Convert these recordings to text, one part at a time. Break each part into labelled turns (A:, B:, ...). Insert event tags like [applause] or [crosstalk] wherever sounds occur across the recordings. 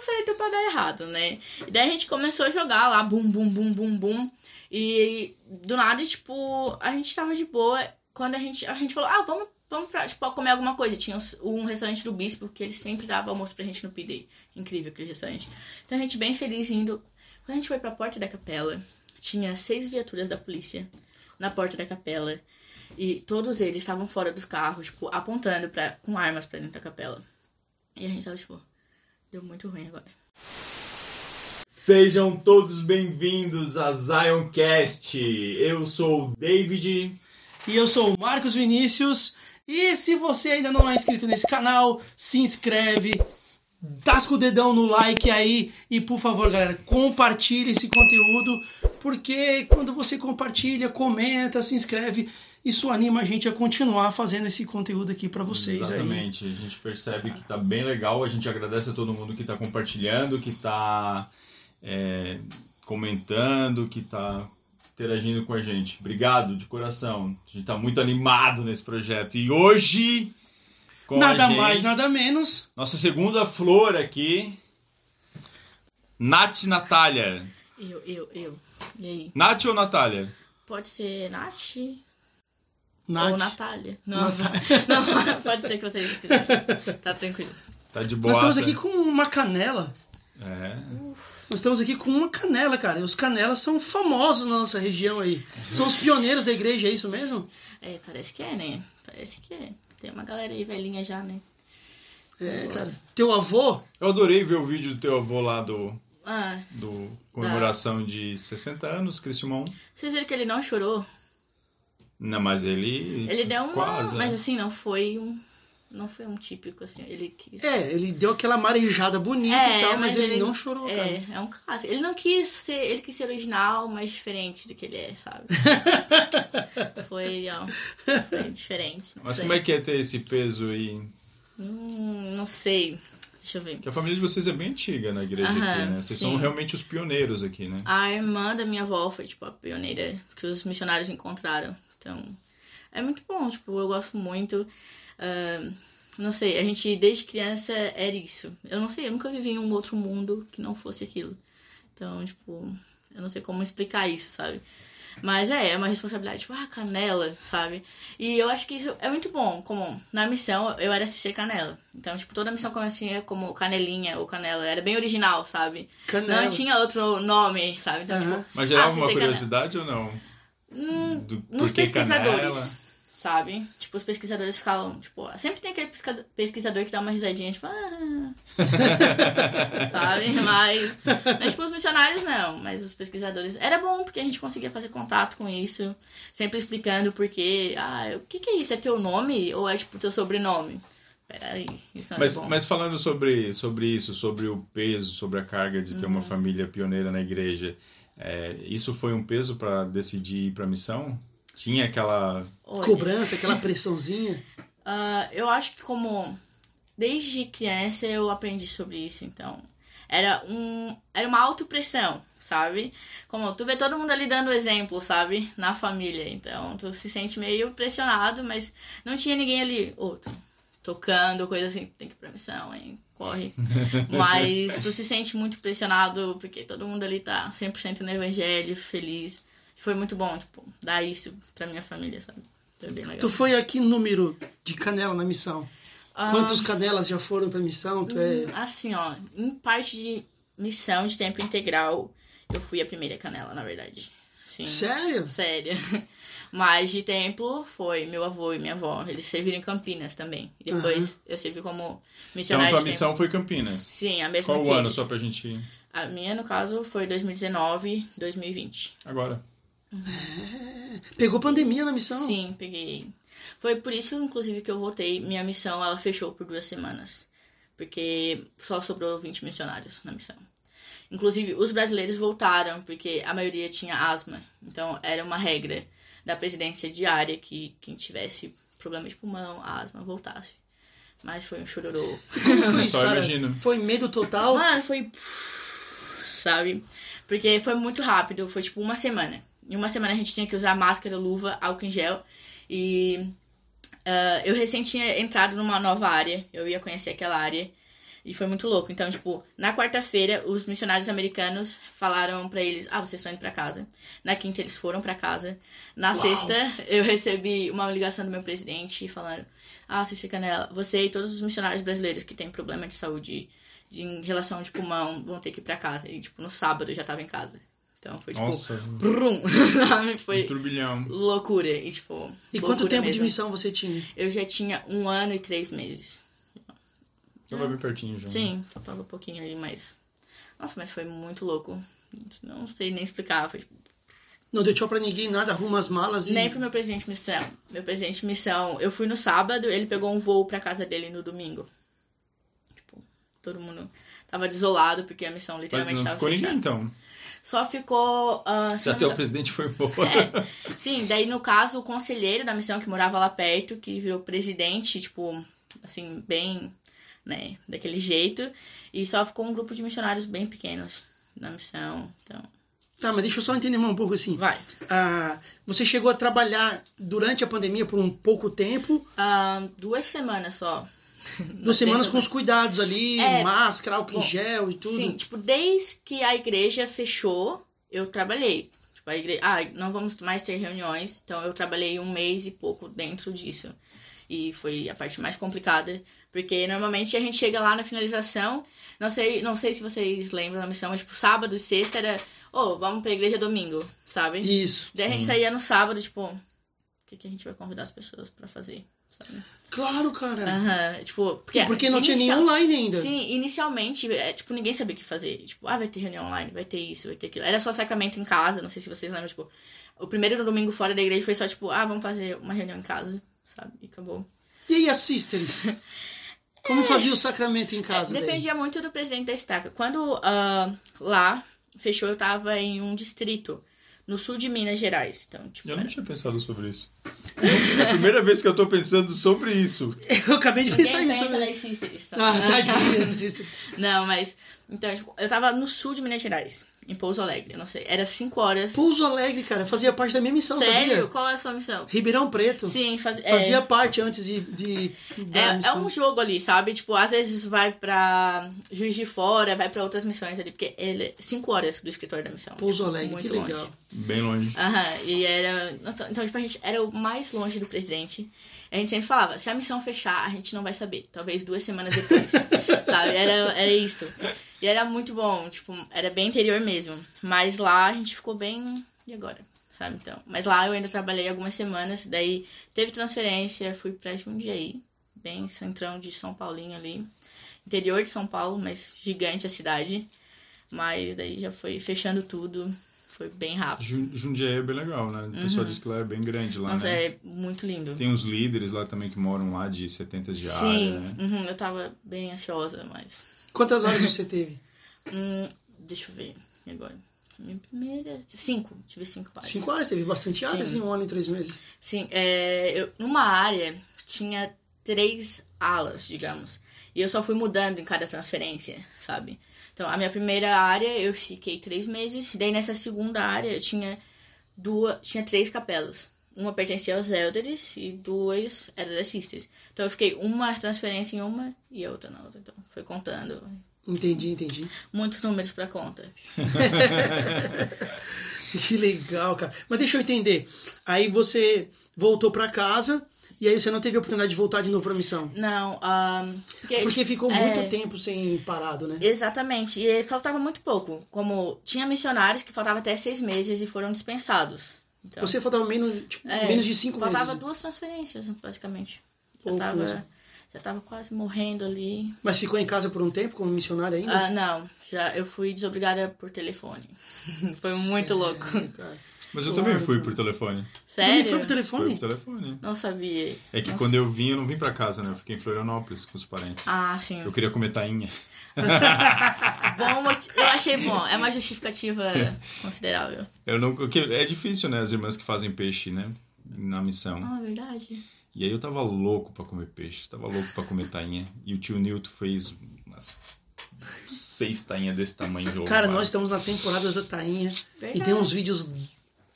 A: aproveitou pra dar errado, né? E daí a gente começou a jogar lá, bum, bum, bum, bum, bum. E do nada, tipo, a gente tava de boa. Quando a gente, a gente falou, ah, vamos, vamos pra, tipo, comer alguma coisa. Tinha um restaurante do Bispo, que ele sempre dava almoço pra gente no PD. Incrível aquele restaurante. Então a gente bem feliz indo. Quando a gente foi pra porta da capela, tinha seis viaturas da polícia na porta da capela. E todos eles estavam fora dos carros, tipo, apontando pra, com armas pra dentro da capela. E a gente tava tipo, deu muito ruim agora.
B: Sejam todos bem-vindos a Zioncast. Eu sou o David.
C: E eu sou o Marcos Vinícius. E se você ainda não é inscrito nesse canal, se inscreve, tasca o dedão no like aí e por favor, galera, compartilhe esse conteúdo, porque quando você compartilha, comenta, se inscreve, isso anima a gente a continuar fazendo esse conteúdo aqui para vocês aí.
B: Exatamente. A gente percebe que tá bem legal. A gente agradece a todo mundo que tá compartilhando, que tá é, comentando, que tá interagindo com a gente. Obrigado de coração. A gente tá muito animado nesse projeto. E hoje. com a
C: Nada
B: gente-
C: mais, nada menos.
B: Nossa segunda flor aqui. Nath Natália.
A: Eu, eu, eu. E aí?
B: Nath ou Natália?
A: Pode ser Nath ou
C: Nath.
A: Natália? Não,
C: [laughs]
A: não, pode ser que vocês quiserem. Tá tranquilo.
B: Tá de boa.
C: Nós estamos aqui com uma canela.
B: É.
C: Nós estamos aqui com uma canela, cara. E os canelas são famosos na nossa região aí. São os pioneiros da igreja, é isso mesmo?
A: É, parece que é, né? Parece que é. Tem uma galera aí velhinha já, né?
C: É, cara. Teu avô?
B: Eu adorei ver o vídeo do teu avô lá do,
A: Ah,
B: do comemoração de 60 anos, Cristimão.
A: vocês viram que ele não chorou?
B: Não, mas ele.
A: Ele deu uma.
B: Quase. é. né?
A: Mas assim, não foi um. Não foi um típico, assim. Ele quis.
C: É, ele deu aquela marejada bonita
A: É,
C: e tal, mas,
A: mas
C: ele,
A: ele-
C: não chorou, cara.
A: É, é um clássico. Ele não quis ser. Ele quis ser original, mas diferente do que ele é,
C: [laughs]
A: sabe? foi, ó. Foi diferente. Não
B: Mas
A: sei.
B: como é que é ter esse peso aí?
A: Hum, não sei. Deixa eu ver.
B: Que a família de vocês é bem antiga na igreja aqui,
A: Aham,
B: né? Vocês
A: sim. Ah,
B: são realmente os pioneiros aqui, né?
A: A irmã da minha avó foi, tipo, a pioneira que os missionários encontraram. Então, é muito bom, tipo, eu gosto muito. Ah, não sei, a gente desde criança era isso. Eu não sei, eu nunca vivi em um outro mundo que não fosse aquilo. Então, tipo, eu não sei como explicar isso, sabe? Mas é, é uma responsabilidade, tipo, ah, canela, sabe? E eu acho que isso é muito bom, como na missão eu era CC Canela. Então, tipo, toda missão comecinha como canelinha ou canela, era bem original, sabe?
C: Canela.
A: Não tinha outro nome, sabe? Então,
C: Aham.
A: tipo,
B: Mas gerava
A: Ah,
B: uma
A: você
B: curiosidade ou não?
A: hum,
B: Do-
A: nos
B: por que
A: pesquisadores,
B: [laughs] canela?
A: sabe? Tipo, os pesquisadores falam, tipo, ó, sempre tem aquele pesca- pesquisador que dá uma risadinha, tipo, ah, sabe?
B: [laughs]
A: Mas, mas, tipo, os missionários não, mas os pesquisadores. Era bom porque a gente conseguia fazer contato com isso, sempre explicando porque, ah, o que, que é isso? É teu nome ou é, tipo, teu sobrenome? Peraí, isso não
B: Mas,
A: é bom.
B: mas falando sobre, sobre isso, sobre o peso, sobre a carga de ter uma
A: Uhum.
B: família pioneira na igreja, é, isso foi um peso para decidir ir para missão? Tinha aquela.
A: Olha.
C: Cobrança,
A: [laughs]
C: aquela pressãozinha.
A: Ah, eu acho que como desde criança eu aprendi sobre isso, então era um era uma autopressão, sabe? Como tu vê todo mundo ali dando exemplo, sabe? Na família, então tu se sente meio pressionado, mas não tinha ninguém ali outro tocando, coisa assim, tem que ir pra missão, hein?
C: [laughs]
A: Corre. Mas tu se sente muito pressionado porque todo mundo ali tá 100% no evangelho, feliz. Foi muito bom, tipo, dar isso pra minha família, sabe? Foi bem legal.
C: Tu foi aqui número de canela na missão.
A: Ah,
C: Quantos canelas já foram pra missão? Tu é.
A: Hum, Assim, ó, em parte de missão de tempo integral, eu fui a primeira canela, na verdade. Hum, Sim.
C: Sério?
A: Sério. [laughs] Mas de tempo foi meu avô e minha avó. Eles serviram em Campinas também. Depois eu servi como
B: Então, a
A: missionário
B: tua
A: de
B: missão
A: tempo.
B: foi Campinas.
A: Sim, a mesma
B: Qual
A: que
B: o ano,
A: eles.
B: só pra gente.
A: A minha, no caso, foi 2019, 2020.
B: Agora.
C: Pegou pandemia na missão?
A: Sim, peguei. Foi por isso, inclusive, que eu voltei. Minha missão, ela fechou por duas semanas. Porque só sobrou 20 missionários na missão. Inclusive, os brasileiros voltaram, porque a maioria tinha asma. Então, era uma regra da presidência diária que quem tivesse problema de pulmão, asma, voltasse. Mas foi um chororô.
C: Como foi isso,
B: [laughs] Só
C: cara?
B: imagino.
C: Foi medo total?
A: Mano, foi. Sabe? Porque foi muito rápido, foi tipo uma semana. Em uma semana a gente tinha que usar máscara, luva, álcool em gel. E ah, eu recém tinha entrado numa nova área, eu ia conhecer aquela área. E foi muito louco. Então, tipo, na quarta-feira, os missionários americanos falaram pra eles: ah, vocês estão indo pra casa. Na quinta, eles foram pra casa. Na
C: Uau.
A: sexta, eu recebi uma ligação do meu presidente falando: ah, Cícero Canela, você e todos os missionários brasileiros que têm problema de saúde de- em relação de pulmão vão ter que ir pra casa. E, tipo, no sábado eu já tava em casa. Então, foi tipo.
B: Nossa,
A: Brum! [laughs] sabe?
B: um
A: foi
B: turbilhão.
A: loucura. E, tipo.
C: E quanto
A: loucura
C: tempo de
A: mesmo.
C: missão você tinha?
A: Eu já tinha um ano e três meses.
B: Você vai bem pertinho já. né?
A: Sim, faltava um pouquinho aí, mas. Nossa, mas foi muito louco. Não sei nem explicar. Foi... tipo,
C: Não deu tchau pra ninguém, nada, arruma as malas e.
A: Nem pro meu presidente de missão. Meu presidente de missão, eu fui no sábado, ele pegou um voo pra casa dele no domingo. Tipo, todo mundo tava desolado porque a missão literalmente
B: Mas não
A: tava
B: ficou
A: fechada.
B: ninguém então.
A: Só ficou. ah, se
B: Se
A: não
B: até
A: me
B: o presidente foi embora.
A: [laughs] É, sim, daí no caso o conselheiro da missão que morava lá perto, que virou presidente, tipo, assim, bem, né, daquele jeito, e só ficou um grupo de missionários bem pequenos na missão, então.
C: Tá, mas deixa eu só entender mais um pouco assim.
A: Vai.
C: Ah, você chegou a trabalhar durante a pandemia por um pouco tempo,
A: Ah, duas semanas só.
C: duas semanas com os cuidados ali,
A: É.
C: máscara, álcool
A: Bom,
C: em gel e tudo.
A: Sim, tipo, desde que a igreja fechou, eu trabalhei. Tipo, a igreja. Ah, não vamos mais ter reuniões, então eu trabalhei um mês e pouco dentro disso. E foi a parte mais complicada, porque normalmente a gente chega lá na finalização. Não sei, não sei se vocês lembram da missão, mas tipo, sábado e sexta era, ô, vamos pra igreja domingo, sabe?
C: Isso.
A: Daí a gente
B: Sim.
A: saía no sábado, tipo, o que, que a gente vai convidar as pessoas pra fazer, sabe?
C: Claro, cara.
A: Aham, tipo, porque.
C: É. Porque não tinha
A: inicial-
C: nenhum online ainda.
A: Sim, inicialmente, é, tipo, ninguém sabia o que fazer. Tipo, ah, vai ter reunião online, vai ter isso, vai ter aquilo. Era só sacramento em casa, não sei se vocês lembram, tipo, o primeiro domingo fora da igreja foi só, tipo, ah, vamos fazer uma reunião em casa, sabe? E acabou.
C: E aí, as
A: [laughs]
C: sisters? Como fazia o sacramento em casa?
A: É,
C: daí?
A: dependia muito do presidente da estaca. Quando ah, lá fechou, eu tava em um distrito, no sul de Minas Gerais. Então, tipo,
B: Eu não
A: era...
B: tinha pensado sobre isso. É a primeira vez que eu tô pensando sobre isso.
C: [laughs] Eu acabei de
A: Ninguém
C: pensar é isso
A: pensa
C: também.
A: nas sífilis, tá?
C: Ah, tadinha, as sisters.
A: [laughs] Não, mas. Então, tipo, eu tava no sul de Minas Gerais, em Pouso Alegre, eu não sei. Era cinco horas.
C: Pouso Alegre, cara, fazia parte da minha missão,
A: Sério?
C: sabia?
A: Qual é a sua missão?
C: Ribeirão Preto.
A: Sim, faz... é,
C: Fazia parte antes de, de da
A: É, é
C: missão.
A: um jogo ali, sabe? Tipo, às vezes vai pra Juiz de Fora, vai pra outras missões ali, porque ele é 5 horas do escritório da missão.
C: Pouso
A: tipo,
C: Alegre, que
A: muito longe.
C: legal.
B: Bem longe.
A: Aham, e era. Então, então, tipo, a gente era o mais longe do presidente. A gente sempre falava: se a missão fechar, a gente não vai saber. Talvez duas semanas depois. sabe? Era, era isso. E era muito bom, tipo, era bem interior mesmo. Mas lá a gente ficou bem. E agora? Sabe? Então. Mas lá eu ainda trabalhei algumas semanas. Daí teve transferência, fui pra Jundiaí, bem centrão de São Paulinho ali. Interior de São Paulo, mas gigante a cidade. Mas daí já foi fechando tudo. Foi bem rápido.
B: Ju- Jundiaí é bem legal, né? O pessoal
A: Uhum.
B: diz que lá é bem grande lá,
A: Nossa,
B: né?
A: é muito lindo.
B: Tem uns líderes lá também que moram lá de 70 de área,
A: Sim,
B: né?
A: uhum, eu tava bem ansiosa, mas.
C: Quantas horas
A: [laughs]
C: você teve?
A: Hum, deixa eu ver agora. Minha primeira. Cinco, tive cinco horas.
C: Cinco horas? Teve bastante horas
A: Sim.
C: em um ano e três meses.
A: Sim, é, eu, numa área tinha três alas, digamos. E eu só fui mudando em cada transferência, sabe? Então, a minha primeira área eu fiquei três meses. Daí, nessa segunda área, eu tinha duas, tinha três capelas. Uma pertencia aos Elders e duas eram das Sisters. Então, eu fiquei uma transferência em uma e a outra na outra. Então, foi contando
C: Entendi, entendi.
A: muitos números pra conta.
C: [laughs] Que legal, cara. Mas deixa eu entender. Aí você voltou pra casa e aí você não teve a oportunidade de voltar de novo pra missão.
A: Não, ahn, porque-
C: Porque ficou
A: É.
C: muito tempo sem parado, né?
A: Exatamente, e faltava muito pouco. Como tinha missionários que faltava até seis meses e foram dispensados. Então,
C: Você faltava menos, tipo,
A: É,
C: menos de cinco
A: faltava
C: meses.
A: duas transferências, basicamente. Já
C: Pouco
A: tava,
C: mesmo.
A: já tava quase morrendo ali.
C: Mas ficou em casa por um tempo como missionário ainda?
A: Ah, não, já eu fui desobrigada por telefone. [laughs] Foi muito
C: Sério,
A: louco. [laughs]
C: Cara.
B: Mas eu
C: Claro,
B: também fui
C: cara.
B: por telefone.
C: Também foi
A: Sério?
C: pro telefone?
B: Foi por telefone.
A: Não sabia.
B: É que
A: Nossa.
B: quando eu vim, eu não vim pra casa, né? Eu fiquei em Florianópolis com os parentes.
A: Ah, sim. É
B: Eu queria comer tainha.
A: Bom, motiv- eu achei bom. É uma
B: [laughs]
A: justificativa considerável.
B: Eu não, porque é difícil, né? As irmãs que fazem peixe, né? Na missão.
A: Ah, verdade.
B: E aí eu tava louco pra comer peixe, tava louco pra comer tainha. E o tio Newton fez umas seis tainhas desse tamanho.
C: Cara,
B: jogou lá.
C: nós estamos na temporada da Tainha
A: verdade.
C: e tem uns vídeos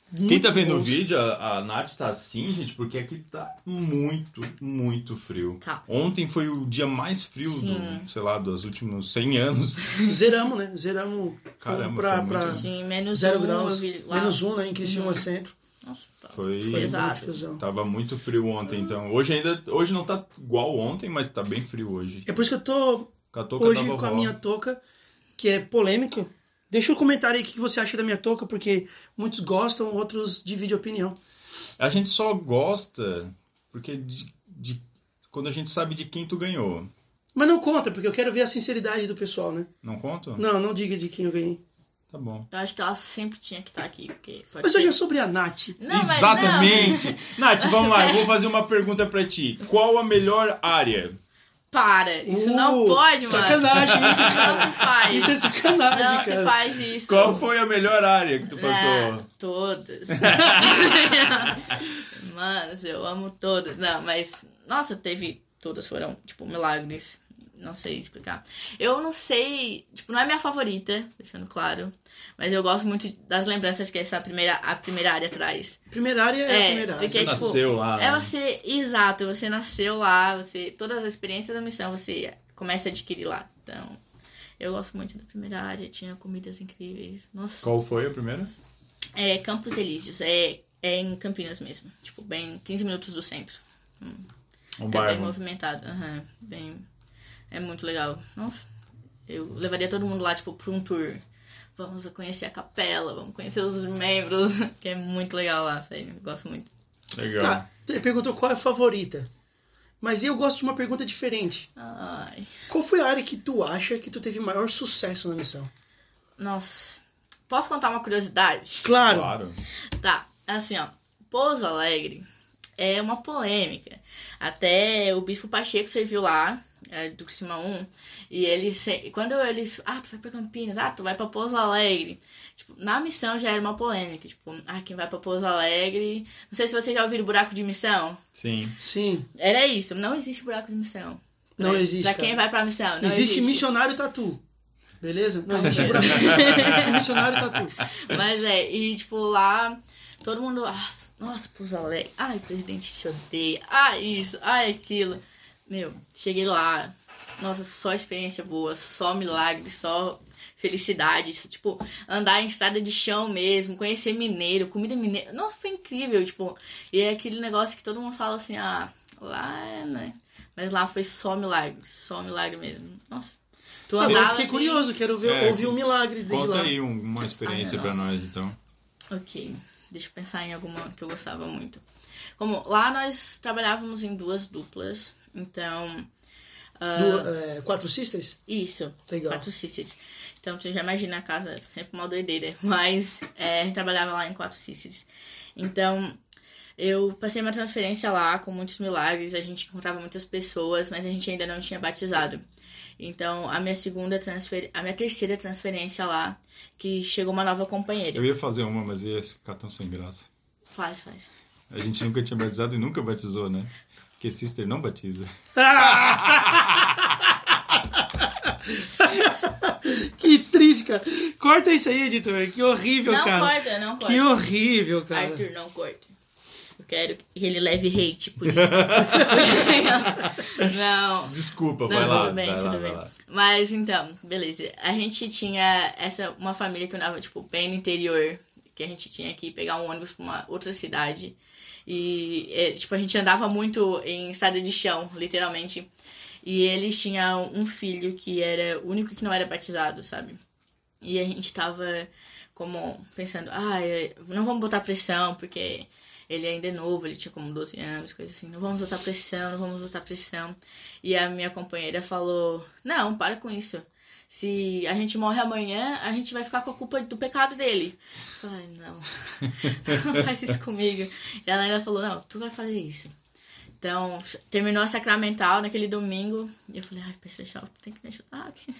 B: Quem
C: Muito
B: tá vendo o
C: bons.
B: vídeo, a, a Nath tá assim, gente, porque aqui tá muito, muito frio.
A: Tá.
B: Ontem foi o dia mais frio
A: Sim.
B: do, sei lá, dos últimos 100 anos.
C: Zeramos, né? Zeramos
B: Caramba,
C: pra-
B: foi muito
C: pra-
B: frio.
A: Sim, menos
C: zero
A: um,
C: graus,
A: eu vi lá. Uhum.
C: menos um, né? Em Criciúma Centro.
A: Nossa, tá.
B: Foi,
C: Foi
A: Pesado.
C: muito friozão.
B: tava muito frio ontem, então. Hoje ainda, hoje não tá igual ontem, mas tá bem frio hoje.
C: É por isso que eu tô
B: Catoca
C: hoje
B: da
C: com a
B: vovó.
C: minha touca, que é polêmica. Deixa um comentário aí o que você acha da minha touca, porque muitos gostam, outros dividem opinião.
B: A gente só gosta porque de, de- quando a gente sabe de quem tu ganhou.
C: Mas não conta, porque eu quero ver a sinceridade do pessoal, né?
B: Não conto?
C: Não, não diga de quem eu ganhei.
B: Tá bom.
A: Eu acho que ela sempre tinha que estar aqui, porque pode
C: Mas
A: ser-
C: hoje é sobre a Nath.
A: Não, mas não.
B: Exatamente! [laughs] Nath, vamos lá, eu vou fazer uma pergunta pra ti. Qual a melhor área?
A: Para, isso não
C: Uh,
A: pode, mano.
C: Sacanagem
A: [laughs]
C: isso,
A: Não
C: cara.
A: se faz.
C: Isso é sacanagem,
A: não
C: cara.
A: se faz isso.
B: Qual foi a melhor área que tu
A: Ah,
B: passou? [laughs]
A: todas. Mano, eu amo todas. Não, mas. Nossa, teve. Todas foram, tipo, milagres. Não sei explicar. Eu não sei. Tipo, não é minha favorita, deixando claro. Mas eu gosto muito das lembranças que essa primeira, a primeira área traz.
C: Primeira área é, a
A: É,
C: primeira área.
A: porque,
B: Você
A: tipo,
B: nasceu lá.
A: É você, exato, você nasceu lá, você. Todas as experiências da missão você começa a adquirir lá. Então, eu gosto muito da primeira área, tinha comidas incríveis. Nossa.
B: Qual foi a primeira?
A: É Campos Elíseos, é, é em Campinas mesmo. Tipo, bem 15 minutos do centro.
B: Um
A: é bem
B: bairro.
A: movimentado. aham, bem, é muito legal. Nossa, eu levaria todo mundo lá, tipo, pra um tour. Vamos conhecer a capela, vamos conhecer os membros, [laughs] que é muito legal lá, sério. eu Gosto muito.
B: Legal.
C: Tá, você perguntou qual é a favorita. Mas eu gosto de uma pergunta diferente.
A: Ai,
C: Qual foi a área que tu acha que tu teve maior sucesso na missão?
A: nossa. Posso contar uma curiosidade?
C: Claro.
B: Claro.
A: Tá, assim, ó. Pouso Alegre é uma polêmica. Até o Bispo Pacheco serviu lá, é, do Cima 1, e ele. se- Quando eles. Ah, tu vai pra Campinas, ah, tu vai pra Pouso Alegre. Tipo, na missão já era uma polêmica. Tipo, ah, quem vai pra Pouso Alegre. Não sei se vocês já ouviram buraco de missão.
B: Sim.
C: Sim,
A: Era isso, não existe buraco de missão.
C: não
A: Pra-
C: existe.
A: Pra
C: cara.
A: quem é vai pra missão, não
C: existe,
A: existe.
C: missionário tatu. Beleza? Não
A: Tá
C: existe
A: certo.
C: Brasil. existe missionário
A: [laughs]
C: tatu.
A: Mas é, e tipo, lá todo mundo. "Ah, Nossa, Pouso Alegre. Ai, presidente te odeia. Ai, isso, ai, aquilo. Meu, cheguei lá. Nossa, só experiência boa, só milagre, só felicidade. Isso, Tipo, andar em estrada de chão mesmo, conhecer mineiro, comida mineira. Nossa, foi incrível, tipo. E é aquele negócio que todo mundo fala assim, ah, lá é, né? Mas lá foi só milagre, só milagre mesmo. Nossa. Tu
C: Agora eu
A: andava
C: fiquei
A: assim-
C: curioso, quero ver,
B: É,
C: ouvir o milagre desde
B: Conta
C: lá.
B: aí um- uma experiência
A: Ai,
B: pra
A: Ah, nossa.
B: nós, então.
A: Ok, deixa eu pensar em alguma que eu gostava muito. Como lá nós trabalhávamos em duas duplas, então
C: Do, é, quatro Sisters?
A: isso,
C: Legal.
A: quatro sisters. Então você já imagina a casa sempre uma doideira, [laughs] mas é, a gente trabalhava lá em quatro sisters. Então eu passei uma transferência lá com muitos milagres, a gente encontrava muitas pessoas, mas a gente ainda não tinha batizado. Então a minha segunda transfer, a minha terceira transferência lá, que chegou uma nova companheira.
B: Eu ia fazer uma, mas ia ficar tão sem graça.
A: Faz, faz.
B: A gente nunca tinha batizado e nunca batizou, né? Porque sister não batiza.
C: [laughs] que triste, cara. Corta isso aí, editor. Que horrível,
A: não
C: cara.
A: corta, não corta.
C: Que horrível, cara.
A: Arthur, não corta. Eu quero que ele leve hate por [laughs] isso. não.
B: [laughs] Desculpa,
A: Não,
B: vai lá.
A: tudo bem,
B: vai lá,
A: tudo
B: vai
A: bem.
B: lá.
A: Mas então, beleza. A gente tinha essa uma família que andava, tipo, bem no interior. Que a gente tinha que pegar um ônibus pra uma outra cidade. E, é, tipo, a gente andava muito em estrada de chão, literalmente. E eles tinham um filho que era o único que não era batizado, sabe? E a gente tava como pensando, ah, é, não vamos botar pressão, porque ele ainda é novo, ele tinha como 12 anos, coisa assim, não vamos botar pressão, não vamos botar pressão. E a minha companheira falou, não, para com isso. Se a gente morre amanhã, a gente vai ficar com a culpa do pecado dele. Eu falei, não, [laughs] não faz isso comigo. E ela ainda falou, não, tu vai fazer isso. Então, terminou a sacramental naquele domingo. E eu falei, ai, pessoal, tem que me ajudar. [laughs] que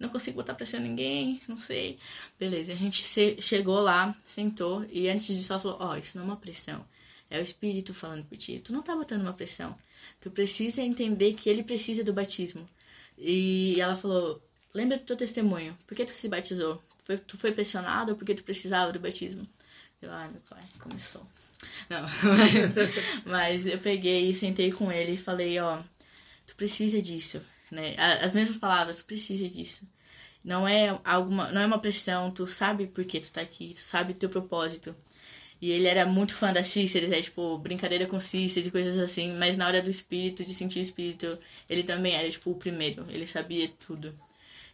A: Não consigo botar pressão em ninguém, não sei. Beleza, a gente se- chegou lá, sentou, e antes disso ela falou, ó, isso não é uma pressão. É o Espírito falando por ti. Tu não tá botando uma pressão. Tu precisa entender que ele precisa do batismo. E ela falou, lembra do teu testemunho. Por que tu se batizou? Foi- tu foi pressionado ou porque tu precisava do batismo? Eu, ai, meu pai, começou. Não, [laughs] mas eu peguei e sentei com ele e falei, ó, tu precisa disso, né? A- As mesmas palavras, tu precisa disso. Não é alguma, não é uma pressão, tu sabe por que tu tá aqui, tu sabe o teu propósito. E ele era muito fã da Cíceres, é tipo, brincadeira com Cíceres e coisas assim, mas na hora do espírito, de sentir o espírito, ele também era, tipo, o primeiro, ele sabia tudo.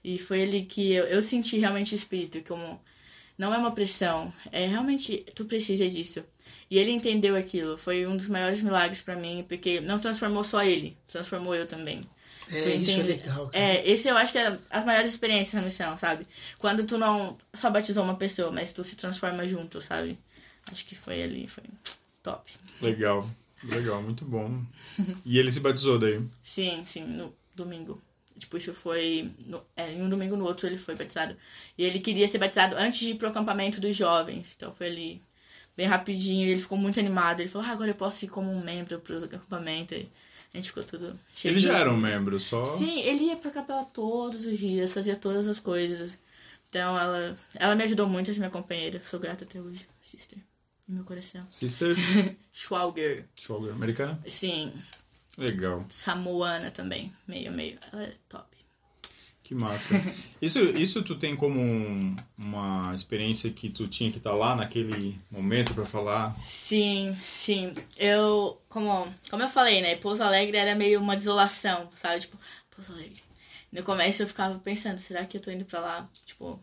A: E foi ele que eu, eu senti realmente o espírito, como não é uma pressão, é realmente tu precisa disso. E ele entendeu aquilo, foi um dos maiores milagres pra mim, porque não transformou só ele, transformou eu também.
C: É,
A: Tu
C: isso é
A: entende?
C: legal, cara.
A: É, esse eu acho que é as maiores experiências na missão, sabe? Quando tu não só batizou uma pessoa, mas tu se transforma junto, sabe? Acho que foi ali, foi top.
B: Legal, legal,
A: [laughs]
B: muito bom. E ele se batizou daí.
A: Sim, sim, no domingo. Tipo, isso foi. No, é, em um domingo no outro ele foi batizado. E ele queria ser batizado antes de ir pro acampamento dos jovens. Então foi ali bem rapidinho. Ele ficou muito animado. Ele falou, ah, agora eu posso ir como um membro pro acampamento. E a gente ficou tudo cheio
B: Ele
A: de-
B: já era um membro, só.
A: Sim, ele ia pra capela todos os dias, fazia todas as coisas. Então ela, ela me ajudou muito, essa minha companheira. Sou grata até hoje, sister. No meu coração. [laughs]
B: Sister,
A: Schwalger.
B: Schwager americana.
A: Sim,
B: Legal,
A: samoana também. Meio, meio. Ela é top.
B: que
A: [laughs]
B: massa. Isso, isso tu tem como um- uma experiência que tu tinha que estar lá naquele momento pra falar?
A: Sim, sim. Eu, como, como eu falei, né? Pouso Alegre era meio uma desolação, sabe? Tipo, Pouso Alegre. No começo eu ficava pensando, será que eu tô indo pra lá, tipo,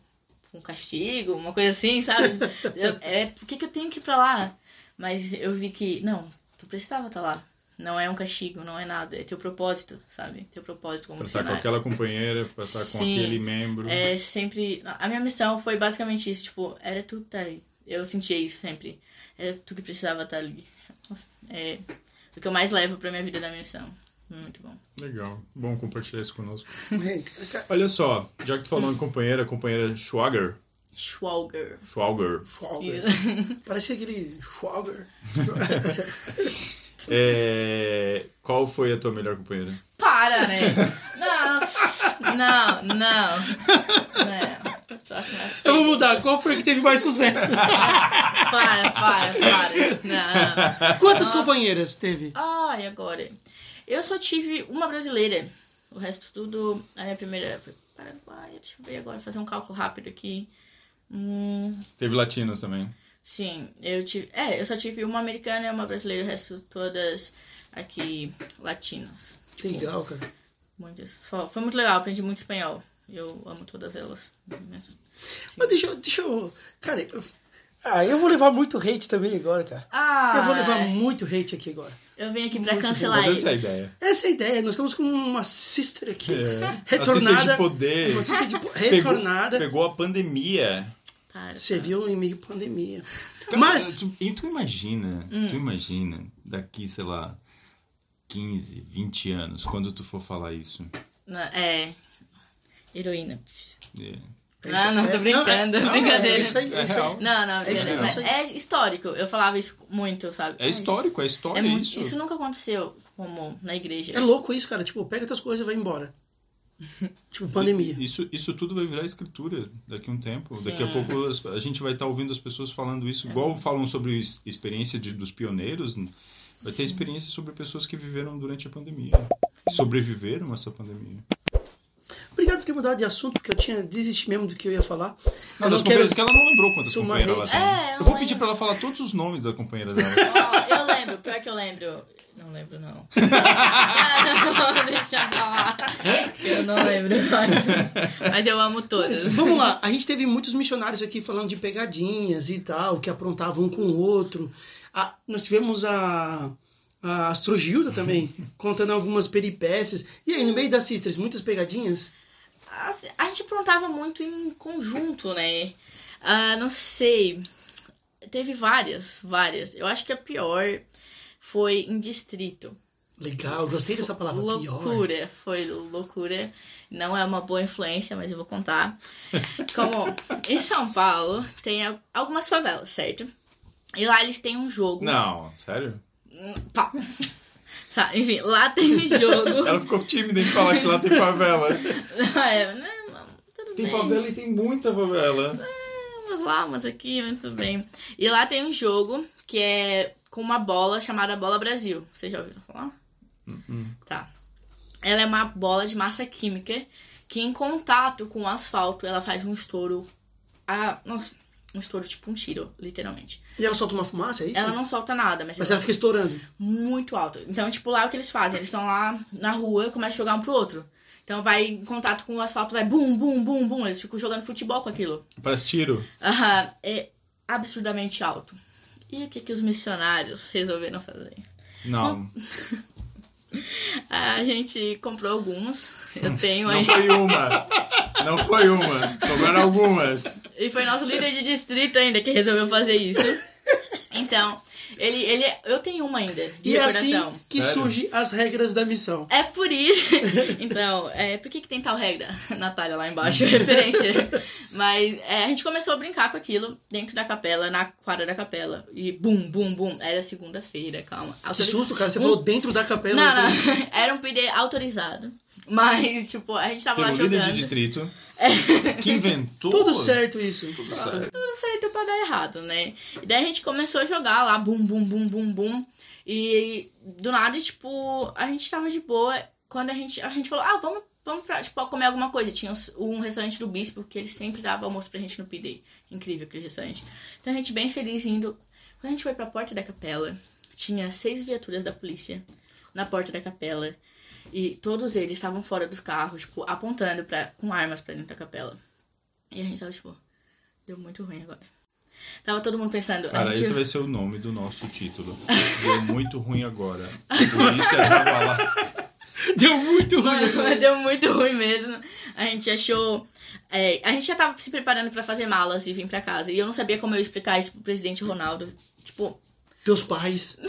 A: com castigo, uma coisa assim, sabe? Eu- é, por que, que eu tenho que ir pra lá? Mas eu vi que, não, tu precisava estar lá. Não é um castigo, não é nada. É teu propósito, sabe? Teu propósito como
B: Pra estar com
A: missionário.
B: aquela companheira, pra estar com
A: né? Sim.
B: aquele membro.
A: É sempre. A minha missão foi basicamente isso, tipo, era tu que tá ali. Eu sentia isso sempre. Era tu que precisava estar ali. Nossa, É o que eu mais levo pra minha vida da minha missão. Muito bom.
B: Legal, bom compartilhar isso conosco.
C: É, cara,
B: Olha só, já que tu falou em companheira, companheira Schwager,
A: Schwalger.
B: Schwager,
C: Schwager. Parecia aquele Schwager.
B: é, qual foi a tua melhor companheira?
A: [laughs] Para, né? Não, não, não. Não. é. Próxima.
C: Eu vou mudar. Qual foi que teve mais
A: [laughs]
C: sucesso?
A: Para, para, para. Não.
C: Quantas companheiras teve?
A: Ai, agora. Eu só tive uma brasileira. O resto tudo. A minha primeira foi Paraguai. Deixa eu ver agora, fazer um cálculo rápido aqui. Hum,
B: Teve latinos também.
A: sim, eu tive. É, eu só tive uma americana e uma brasileira. O resto todas aqui latinas.
C: Legal, cara.
A: Muitas. Só- Foi muito legal, aprendi muito espanhol. Eu amo todas elas. Mas-
C: Mas deixa, eu- deixa eu... Cara, eu... Ah, eu vou levar muito hate também agora, cara.
A: Ah,
C: Eu vou levar muito hate aqui agora.
A: eu vim aqui pra
C: muito
A: cancelar
B: Mas
A: isso.
B: essa é a ideia.
C: Essa é a ideia. Nós estamos com uma sister aqui.
B: [laughs] É,
C: Retornada-
B: assistente de poder.
A: [laughs]
C: Uma sister de... retornada.
B: Pegou a pandemia.
A: Para.
C: Serviu em meio à pandemia.
B: Cara,
C: Mas-
B: Tu, e tu imagina,
A: Hum.
B: tu imagina, daqui, sei lá, 15, 20 anos, quando tu for falar isso.
A: Na- é. Heroína.
B: É.
A: Ah, não, tô
C: É,
A: brincando,
C: é- não,
A: brincadeira.
C: É isso aí, é isso aí.
A: Não, não,
C: É isso aí,
A: não,
C: é isso aí.
A: é histórico. Eu falava isso muito, sabe?
B: É histórico, é história
A: É muito,
B: isso.
A: isso nunca aconteceu como na igreja.
C: É louco isso, cara. Tipo, pega tuas coisas e
A: [laughs]
C: vai embora. tipo, pandemia.
B: Isso, isso tudo vai virar escritura daqui a um tempo. Daqui a
A: Sim. É.
B: pouco as- a gente vai estar ouvindo as pessoas falando isso, igual falam sobre es- experiência de, dos pioneiros. Vai ter experiência sobre pessoas que viveram durante a pandemia. que Sobreviveram a essa pandemia.
C: Obrigado por ter mudado de assunto, porque eu tinha desistido mesmo do que eu ia falar.
B: Não, das
C: eu não quero.
B: companheiras que ela não lembrou quantas
C: tomar
B: companheiras ela
C: hate.
B: tem.
A: É, eu
B: eu vou
A: não
B: pedir
A: lembro.
B: pra ela falar todos os nomes da companheira dela. [laughs]
A: Ó, eu lembro, pior que eu lembro. Não lembro, não. [laughs] Ah, não, deixa eu falar. Eu não lembro. Mas eu amo todas. [laughs]
C: Mas, Vamos lá, a gente teve muitos missionários aqui falando de pegadinhas e tal, que aprontavam um com o outro. A- nós tivemos a, a
A: [laughs]
C: Astrogilda também, contando algumas peripécias. E aí, no meio das sisters, muitas pegadinhas?
A: A, a gente aprontava muito em conjunto, né? Ah, não sei. Teve várias, várias. Eu acho que a pior foi em distrito.
C: Legal, gostei dessa palavra. Pior.
A: Loucura, foi loucura. Não é uma boa influência, mas eu vou contar.
B: [laughs]
A: Como em São Paulo tem al- algumas favelas, certo? E lá eles têm um jogo.
B: Não, sério?
A: Hum, pá. Sa- Enfim, lá tem um jogo.
B: [laughs] Ela ficou tímida em falar que lá tem favela.
A: [laughs] É, né, mano, tudo
B: um Tem
A: bem.
B: favela e tem muita favela.
A: umas lá, umas aqui, muito bem. E lá tem um jogo que é com uma bola chamada Bola Brasil. Vocês já ouviram falar?
B: Uhum.
A: Tá. Ela é uma bola de massa química que em contato com o asfalto ela faz um estouro. Ah, nossa, um estouro tipo um tiro, literalmente.
C: E ela solta uma fumaça, é isso?
A: Ela não solta nada, mas,
C: Mas ela fica estourando.
A: muito alto. Então, tipo, lá é o que eles fazem? Eles estão lá na rua e começam a jogar um pro outro. Então vai em contato com o asfalto, vai bum, bum, bum, bum. Eles ficam jogando futebol com aquilo.
B: Parece tiro.
A: Aham, é absurdamente alto. E o que, que os missionários resolveram fazer?
B: Não.
A: Ah, A gente comprou alguns. [laughs]
C: Hum,
A: Eu tenho
B: Não
A: aí.
B: foi uma. Não foi uma. Sobraram algumas.
A: E foi nosso líder de distrito ainda que resolveu fazer
C: [laughs]
A: isso. Então, ele, ele, eu tenho uma ainda, de
C: E é assim
A: decoração.
C: que
B: Sério?
C: surgem as regras da missão.
A: É por isso. [laughs] Então, é, por que, que tem tal regra? [laughs] Natália lá
C: [laughs]
A: embaixo, referência. Mas é, a gente começou a brincar com aquilo dentro da capela, na quadra da capela. E bum, bum, bum. Era segunda-feira, calma.
C: Que
A: Autori-
C: susto, cara. Você falou dentro da capela.
A: Hum? Não, não. [laughs] Era um PD autorizado. Mas, tipo, a gente tava lá
B: Pelo um líder de
A: jogando. É.
B: distrito. Que inventou.
C: Tudo certo isso.
B: Tudo certo.
A: tudo certo pra dar errado, né? E daí a gente começou a jogar lá, bum, bum, bum, bum, bum. E do nada, tipo, a gente tava de boa. Quando a gente, a gente falou, ah, vamos, vamos pra, tipo, comer alguma coisa. Tinha uns- um restaurante do Bispo, que ele sempre dava almoço pra gente no PD. Incrível aquele restaurante. Então a gente bem feliz indo. Quando a gente foi pra porta da capela, tinha seis viaturas da polícia na porta da capela. E todos eles estavam fora dos carros, tipo, apontando pra, com armas pra dentro da capela. E a gente tava, tipo, deu muito ruim agora. Tava todo mundo pensando. a
B: Cara,
A: gente-
B: esse vai ser o nome do nosso título. Deu muito ruim agora. Por isso tava lá.
C: [laughs] Deu muito
A: Mano,
C: ruim.
A: mas deu muito ruim mesmo. A gente achou. é, a gente já tava se preparando pra fazer malas e vir pra casa. E eu não sabia como eu ia explicar isso pro presidente Ronaldo. Tipo,
C: Teus pais.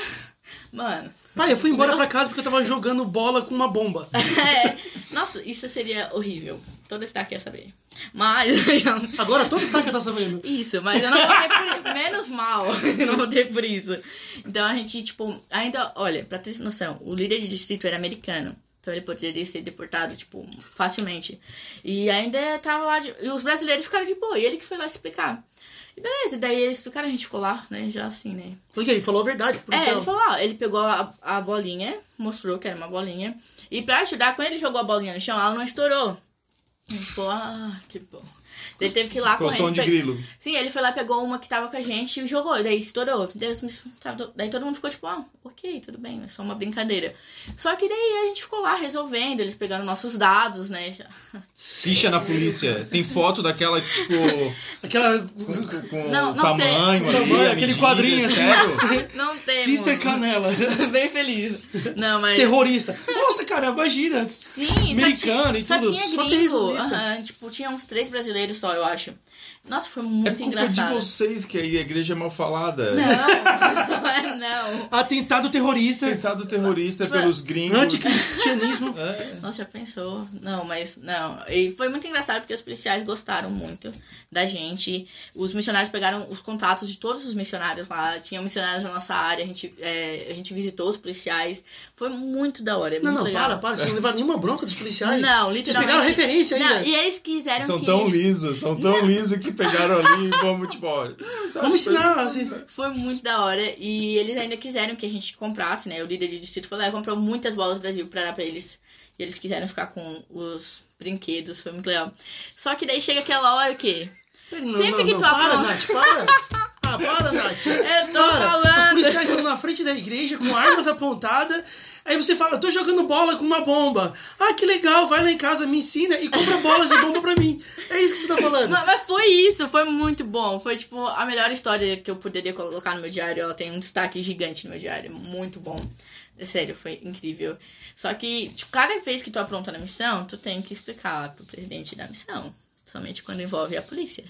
A: mano. [laughs]
C: Pai, eu fui embora pra casa porque eu tava jogando bola com uma bomba.
A: é, nossa, isso seria horrível. Todo destaque ia saber. Mas. [laughs]
C: Agora todo destaque tá sabendo.
A: Isso, mas eu não votei por [laughs] Menos mal, eu não votei por isso. Então a gente, tipo, ainda, olha, pra ter noção, o líder de distrito era americano. Então ele poderia ser deportado, tipo, facilmente. E ainda tava lá. de- E os brasileiros ficaram de boa, e ele que foi lá explicar. E beleza, e daí eles explicaram, a gente ficou lá, né? Já assim, né?
C: Porque ele falou a verdade, por
A: É, ele
C: isso.
A: falou, ó, ele pegou a, a bolinha, mostrou que era uma bolinha. E pra ajudar, quando ele jogou a bolinha no chão, ela não estourou. E, pô, ah, que bom. Ele teve que ir lá
B: Com
A: correndo.
B: som de
A: pe-
B: grilo.
A: Sim, ele foi lá, pegou uma que tava com a gente e jogou. E daí estourou. Deus me... tava do- Daí todo mundo ficou tipo, ah, ok, tudo bem, é só uma brincadeira. Só que daí a gente ficou lá resolvendo, eles pegaram nossos dados, né? já-
B: Ficha na polícia. Tem foto daquela, tipo,
C: Aquela
B: com, com
A: Não,
B: o
A: não tem. É
B: tamanho ali.
C: Tamanho,
B: a
C: aquele
B: medida,
C: quadrinho, assim.
B: Sério?
A: Não tem. [laughs]
C: Sister
A: mano.
C: Canela.
A: Bem feliz. Não, mas.
C: [laughs] Terrorista. Nossa, cara, imagina.
A: Sim, só tinha-
C: Americano e
A: só
C: tudo.
A: tinha
C: só
A: gringo.
C: terrorista.
A: aham, tipo, tinha uns três brasileiros só, eu acho. Nossa, foi
B: É
A: muito
B: culpa
A: engraçado.
B: de vocês que aí a igreja é mal falada.
A: Não, [laughs] é não.
C: Atentado terrorista.
B: Tentado terrorista
A: Tipo,
B: pelos
A: [laughs]
B: gringos.
C: Anticristianismo.
B: É.
A: Nossa, já pensou? Não, mas não. E foi muito engraçado porque os policiais gostaram muito da gente. Os missionários pegaram os contatos de todos os missionários lá. Tinha missionários na nossa área, a gente, é, a gente visitou os policiais. Foi muito da hora. é
C: Não,
A: muito
C: não,
A: legal.
C: para, para. Vocês não levaram nenhuma bronca dos policiais.
A: Não,
C: Vocês pegaram a
A: literalmente.
C: referência ainda.
A: Não, e eles quiseram
B: São
A: um que.
B: tão lisos, são tão lisos que pegaram ali e vamos, tipo, ó.
C: Vamos ensinar, assim.
A: Foi muito da hora. E eles ainda quiseram que a gente comprasse, né? O líder de distrito falou: ah, comprou muitas bolas do Brasil pra dar pra eles. E eles quiseram ficar com os brinquedos. Foi muito legal. Só que daí chega aquela hora que.
C: Pera, não,
A: Sempre
C: não,
A: que
C: não.
A: tu
C: Para,
A: aponta-
C: Nath, para. Ah, para, Nath.
A: Eu tô
C: para. Os
A: falando.
C: policiais estão na frente da igreja com armas apontadas. Aí você fala, eu tô jogando bola com uma bomba. Ah, que legal, vai lá em casa, me ensina e compra bolas de bomba pra mim. É isso que você tá falando.
A: Mas, mas foi isso, foi muito bom. Foi, tipo, a melhor história que eu poderia colocar no meu diário. Ela tem um destaque gigante no meu diário. Muito bom. É Sério, foi incrível. Só que, tipo, cada vez que tu apronta na missão, tu tem que explicar pro presidente da missão. Somente quando envolve a polícia.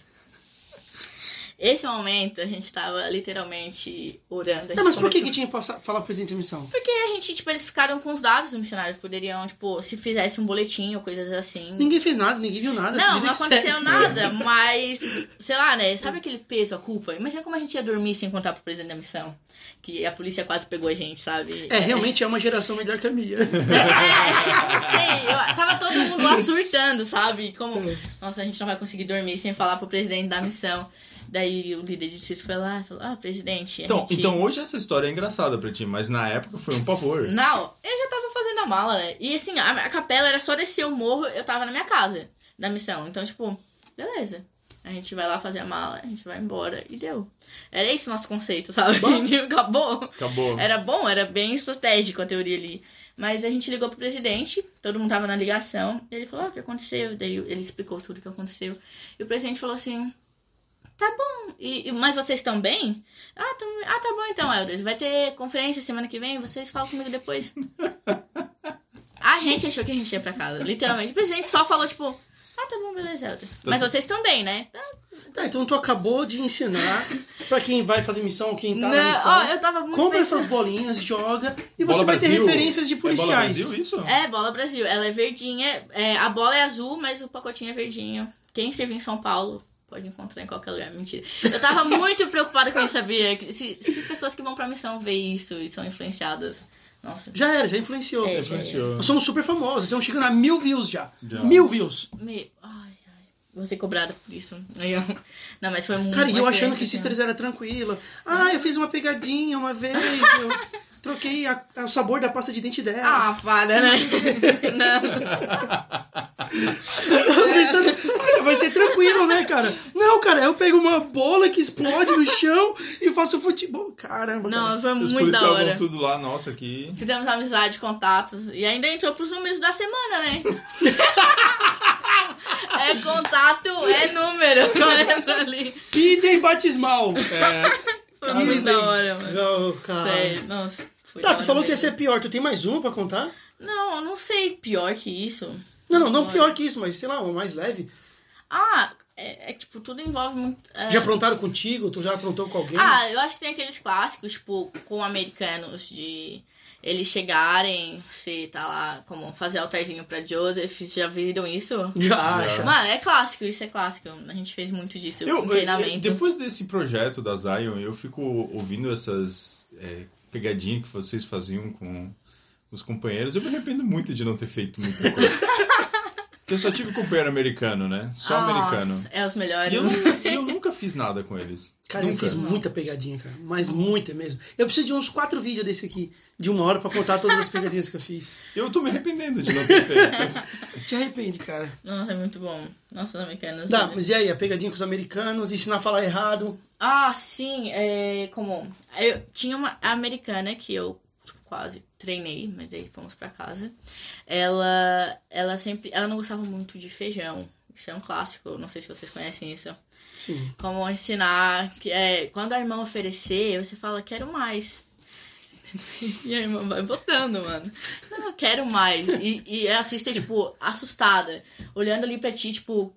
A: Esse momento a gente tava literalmente orando. a
C: Não,
A: gente
C: Tá, mas por que,
A: começou-
C: que tinha que passar- falar presente de missão?
A: Porque a gente, tipo, eles ficaram com os dados do missionário. Poderiam, tipo, se fizesse um boletim ou coisas assim.
C: Ninguém fez nada, ninguém viu nada. essa
A: Não,
C: vida é
A: não
C: que
A: aconteceu
C: segue.
A: nada, mas, sei lá, né? Sabe aquele peso, a culpa? Imagina como a gente ia dormir sem contar pro presidente da missão. Que a polícia quase pegou a gente, sabe?
C: É, realmente é uma geração melhor que a
A: [laughs]
C: minha.
A: É, é, sei, eu- tava todo mundo lá surtando, sabe? Como,
C: É.
A: nossa, a gente não vai conseguir dormir sem falar pro presidente da missão. Daí o líder de Cis foi lá e falou: Ah, presidente. a
B: Então,
A: gente-
B: então hoje essa história é engraçada pra ti, mas na época foi um pavor.
A: Não, eu já tava fazendo a mala, né? E assim, a, a capela era só descer o morro, eu tava na minha casa da missão. Então, tipo, beleza. A gente vai lá fazer a mala, a gente vai embora e deu. Era esse o nosso conceito, sabe?
B: Bom.
A: [laughs] Acabou.
B: Acabou.
A: Era bom, era bem estratégico a teoria ali. Mas a gente ligou pro presidente, todo mundo tava na ligação. Ele falou, "Ah, o que aconteceu? Daí ele explicou tudo o que aconteceu. E o presidente falou assim, tá bom, e, e- mas vocês estão bem? Ah, tamo- ah, tá bom então, Elders. Vai ter conferência semana que vem, vocês falam comigo [laughs] depois. a gente achou que a gente ia pra casa, literalmente. O presidente só falou, tipo, ah, tá bom, beleza, Elders. Mas vocês estão bem, né?
C: Tá, então tu acabou de ensinar pra quem vai fazer missão, quem tá na
A: Não,
C: missão.
A: ó, eu tava muito
C: Compra
A: pensando-
C: essas bolinhas, joga, e
B: Bola
C: você vai ter
B: Brasil.
C: referências de
B: É bola
C: policiais.
B: Brasil isso?
A: É, bola Brasil. Ela é verdinha. É, a bola é azul, mas o pacotinho é verdinho. Quem esteve em São Paulo pode encontrar em qualquer lugar. Mentira. Eu tava muito preocupada com isso, sabia? Que Se, se pessoas que vão pra missão vê isso e são influenciadas. Nossa.
C: já era, já influenciou.
A: É,
B: Influenciou.
C: Nós somos super famosos, estamos chegando a mil views já.
B: Já.
C: Mil views.
A: Me... Ai, ai. Vou ser cobrada por isso. Aí eu- Não, mas foi Hum, muito. né? então.
C: Cara,
A: uma
C: e eu achando que
A: experiência,
C: Sisters era tranquila. Ah, eu fiz uma pegadinha uma vez, eu
A: [laughs]
C: troquei a- a- o sabor da pasta de dente
A: assim.
C: dela.
A: Ah, para, né? [laughs] Não.
C: [laughs] Eu
A: né?
C: tava pensando, "Ah, vai ser tranquilo, né, cara? Não, cara, eu pego uma bola que explode no chão e faço futebol. Caramba, cara.
A: Não, foi
B: Os
A: muito da
B: policiais
A: hora.
B: vão tudo lá, nossa, aqui.
A: Fizemos amizade, contatos. E ainda entrou pros números da semana,
C: [laughs]
A: né? é contato, é
C: [laughs]
A: número. né, Lembra ali?
C: Pidem batismal.
A: Foi
C: Cara,
A: muito
C: nem-
A: Ah, da hora, mano.
C: É, Não, cara.
A: Sério, nossa. foi da
C: Tá, tu
A: hora
C: falou que ia
A: mesmo.
C: ser pior. Tu tem mais uma pra contar?
A: Não, eu não sei pior que isso.
C: Não, não, não
A: Olha.
C: pior que isso, mas sei lá, uma mais leve.
A: Ah, é, é que, tipo, tudo envolve muito. é-
C: Já aprontaram contigo? Tu já aprontou com alguém?
A: Ah, eu acho que tem aqueles clássicos, tipo, com americanos, de eles chegarem, você tá lá, como fazer altarzinho pra Joseph, vocês já viram isso?
C: [laughs] já, já.
A: Mano, é clássico, isso é clássico. A gente fez muito disso
B: Tá. Eu-
A: em
B: eu-
A: treinamento.
B: depois desse projeto da Zion, eu fico ouvindo essas é, pegadinhas que vocês faziam com os companheiros. Eu me arrependo muito de não ter feito muita
A: [laughs]
B: coisa. Porque eu só tive companheiro americano, né? Só
A: Nossa,
B: americano.
A: É os melhores.
B: E eu, nu- eu nunca fiz nada com eles.
C: Cara, eu
B: nunca.
C: fiz muita pegadinha, cara. Mas muita mesmo. Eu preciso de uns quatro vídeos desse aqui, de uma hora, pra contar todas as pegadinhas que eu fiz.
B: Eu tô me arrependendo de não ter feito.
C: Te arrepende, cara.
A: Nossa, é muito bom. Nossa, os americanos.
C: Tá, mas e aí? A pegadinha com os americanos, ensinar a falar errado.
A: Ah, sim, é como. Eu tinha uma americana que eu tipo, quase treinei, mas daí fomos pra casa. Ela, ela sempre, ela não gostava muito de feijão. Isso é um clássico, eu não sei se vocês conhecem isso.
C: Sim.
A: Como ensinar que é, quando a irmã oferecer, você fala quero mais. [laughs] E a irmã vai botando, mano. Não, eu quero mais. E, e a sister, tipo, assustada, olhando ali pra ti, tipo,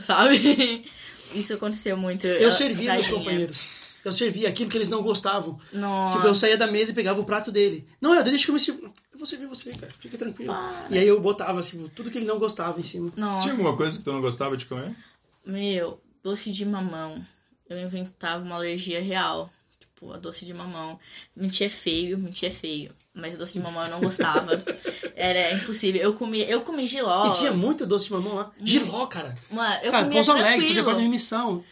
A: sabe? [laughs] Isso aconteceu muito.
C: Eu
A: Ela-
C: servia meus
A: tadinha.
C: companheiros. Eu servia aquilo que eles não gostavam.
A: Nossa.
C: Tipo, eu saía da mesa e pegava o prato dele. Não, eu deixa que eu me sirvo. Eu vou servir você, cara. Fica tranquilo.
A: Ah.
C: E aí eu botava, assim, tudo que ele não gostava em cima.
A: Nossa,
B: Tinha alguma coisa que tu não gostava de comer?
A: meu, doce de mamão. Eu inventava uma alergia real. Tipo, a doce de mamão. Mentia feio, mentia feio. Mas doce de mamão eu não
C: [laughs]
A: gostava. Era impossível. Eu comi, eu comi giló.
C: E tinha muito doce de mamão lá. Giló, cara.
A: Mano, Ah. Hum. eu
C: cara,
A: comia
C: Pouso Alegre, fazia
A: tranquilo.
C: parte da é remissão.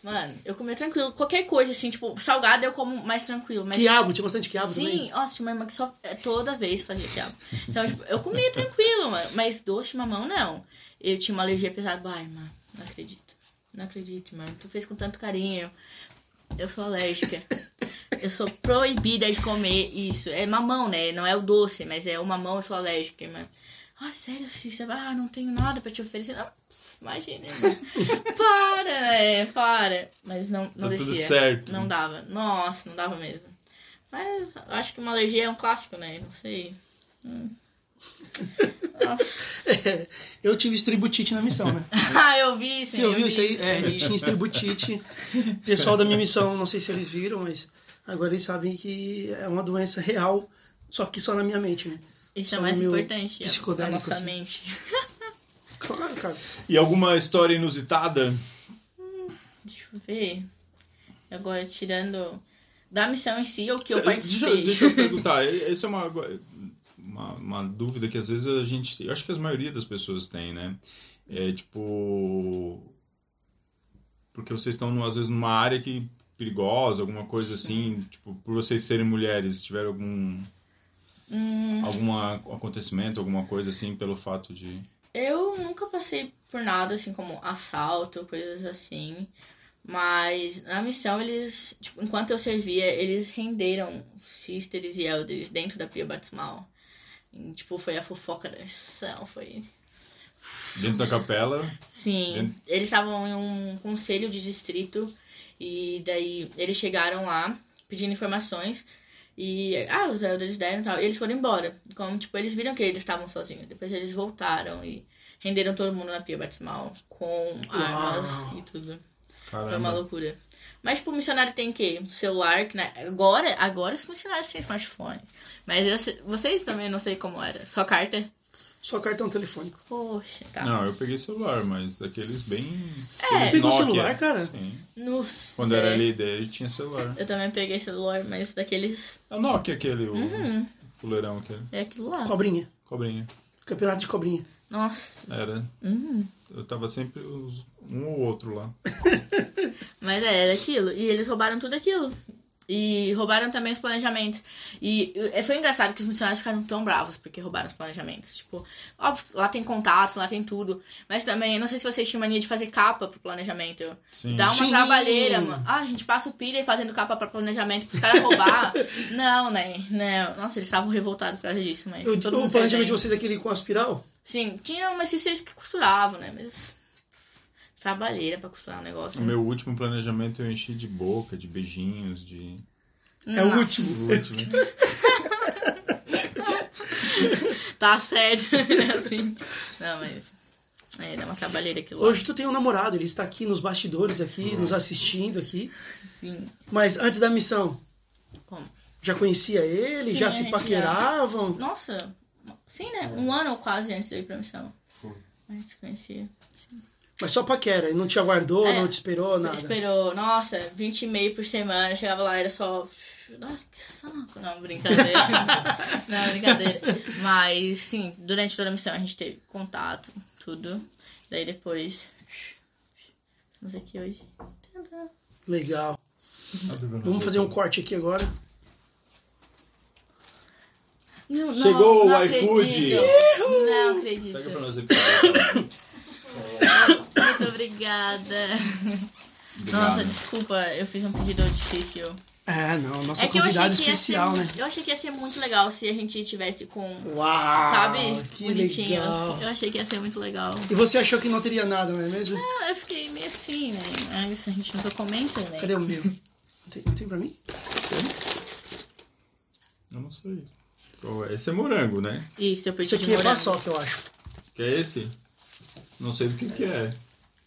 A: Mano, eu comia tranquilo. Qualquer coisa, assim, tipo, salgada eu como mais tranquilo. Mas
C: Quiabo, tinha bastante quiabo
A: Sim,
C: também.
A: nossa, tinha uma irmã que só é, toda vez fazia quiabo. Então, tipo, eu comia [laughs] tranquilo, mano, mas doce de mamão não. Eu tinha uma alergia pesada. Ai, mano, não acredito. Não acredito, mano. Tu fez com tanto carinho. Eu sou alérgica. Eu sou proibida de comer isso. É mamão, né? Não é o doce, mas é o mamão, eu sou alérgica, mano. Ah, sério, Cícero? Ah, não tenho nada pra te oferecer. Não, pff, imagina,
C: [laughs]
A: irmã. Para, né? Para. Mas não, não
B: tá tudo
A: descia.
B: certo.
A: Não dava. Nossa, não dava mesmo. Mas eu acho que uma alergia é um clássico, né? Não sei. Hum.
C: [laughs] É, eu tive estributite na missão,
A: [laughs]
C: né?
A: ah, eu vi, sim.
C: Você ouviu
A: eu
C: isso
A: vi,
C: aí? É, eu
A: vi.
C: [laughs] tinha estributite. O pessoal da minha missão, não sei se eles viram, mas agora eles sabem que é uma doença real, só que só na minha mente, né?
A: Isso é
C: Só
A: mais
C: no meu
A: importante. A, a
C: psicodélico
A: nossa
C: aqui.
A: mente.
C: Claro, cara.
B: E alguma história inusitada?
A: Deixa eu ver. Agora, tirando da missão em si, o que eu
B: Cê- é, deixa, eu-
A: participei. [laughs]
B: deixa eu perguntar. e- Essa é uma, uma, uma dúvida que às vezes a gente. Eu acho que a maioria das pessoas tem, né? É tipo. Porque vocês estão, numa- às vezes, numa área que perigosa, alguma coisa assim, tipo, por vocês serem mulheres, tiveram algum
A: Uhum. Hum,
B: algum a- acontecimento, alguma coisa assim, pelo fato de
A: eu nunca passei por nada, assim, como assalto, coisas assim. Mas na missão, eles, tipo, enquanto eu servia, eles renderam sisters e elders dentro da pia batismal. E, tipo, foi a fofoca da missão, foi
B: dentro da capela,
A: Sim,
B: Entende?
A: eles estavam em um conselho de distrito e daí eles chegaram lá pedindo informações e ah, os elders deram e tal, e eles foram embora. Como tipo, eles viram que eles estavam sozinhos. Depois eles voltaram e renderam todo mundo na pia batismal com armas e tudo. Foi uma
B: caramba,
A: loucura. Mas tipo, o missionário tem o quê? Um celular que né? agora, agora os missionários têm smartphone. Mas eu se- vocês também não sei como era. Só carta?
C: Só cartão telefônico.
A: Poxa, tá.
B: não, eu peguei celular, mas daqueles bem.
A: É.
B: aqueles
C: Pegou
B: Nokia.
C: um celular, cara?
B: Sim.
A: Nos-
B: Quando era
A: é.
B: líder, eu tinha celular.
A: Eu também peguei celular, mas daqueles.
B: É o Nokia aquele, o
A: Uhum,
B: fuleirão aquele,
A: é aquilo lá.
C: Cobrinha.
B: cobrinha.
C: Campeonato de cobrinha.
A: Nossa.
B: Era.
A: Uhum.
B: Eu tava sempre os- um ou outro lá.
A: Mas é, era aquilo. E eles roubaram tudo aquilo. E roubaram também os planejamentos. E eh, foi engraçado que os missionários ficaram tão bravos porque roubaram os planejamentos. Tipo, óbvio, lá tem contato, lá tem tudo. Mas também, não sei se vocês tinham mania de fazer capa pro planejamento.
B: Sim.
A: Dá uma
C: Sim.
A: trabalheira, mano. Ah, a gente passa o pilha fazendo capa pra planejamento pros caras
C: [laughs]
A: roubar. não, né? Não. Nossa, eles estavam revoltados por causa disso, mas.
C: Eu,
A: todo
C: o
A: mundo
C: planejamento de
A: saiu bem.
C: vocês é aquele com aspiral?
A: Sim, tinha umas ciências que costuravam, né? Mas. Trabalheira pra costurar o negócio. né?
B: O meu último planejamento eu enchi de boca, de beijinhos, de. né?
C: É o
A: Não,
B: O
C: último.
B: último.
A: Tá sério, [laughs] né? assim. Não, mas. É, dá uma trabalheira aquilo. lá.
C: Hoje tu tem um namorado, ele está aqui nos bastidores aqui, nos assistindo aqui.
A: Sim.
C: Mas antes da missão,
A: Como?
C: já conhecia ele?
A: Sim,
C: já
A: a
C: se
A: gente
C: paqueravam?
A: Nossa. Sim, né? Um ano ou quase antes de eu ir pra missão.
B: Foi.
A: A gente se conhecia.
C: Mas só paquera, ele não te aguardou,
A: É.
C: não te esperou, nada.
A: Esperou, nossa, 20 e meio por semana. Chegava lá, era só. Nossa, que saco. Não,
C: [laughs]
A: brincadeira. Não, brincadeira. Mas, sim, durante toda a missão a gente teve contato, tudo. Daí depois. Estamos aqui hoje.
C: Legal. Vamos fazer um corte aqui agora.
A: Não, não,
B: Chegou
A: não
B: o iFood.
A: acredito. Não acredito.
B: Pega pra nós aí. cara.
A: Muito obrigada. Nossa,
B: Obrigado.
A: desculpa, eu fiz um pedido difícil.
C: É, não, nossa
A: eu achei
C: convidada
A: que ia
C: especial,
A: ser,
C: né?
A: Eu achei que ia ser muito legal se a gente tivesse com
C: Uau!
A: sabe?
C: Ah, Que
A: Bonitinho.
C: legal.
A: Eu achei que ia ser muito legal.
C: E você achou que não teria nada, não é mesmo?
A: Ah, eu fiquei meio assim, né? Mas a gente nunca comenta, né?
C: Cadê o meu? Tem, tem pra mim?
B: Eu não sei. Qual é? Esse é morango, né?
A: Isso, eu pedi
C: Isso
A: de
C: aqui é
A: morango.
C: paçoca, eu acho.
B: Que é esse? Não sei do que, que é.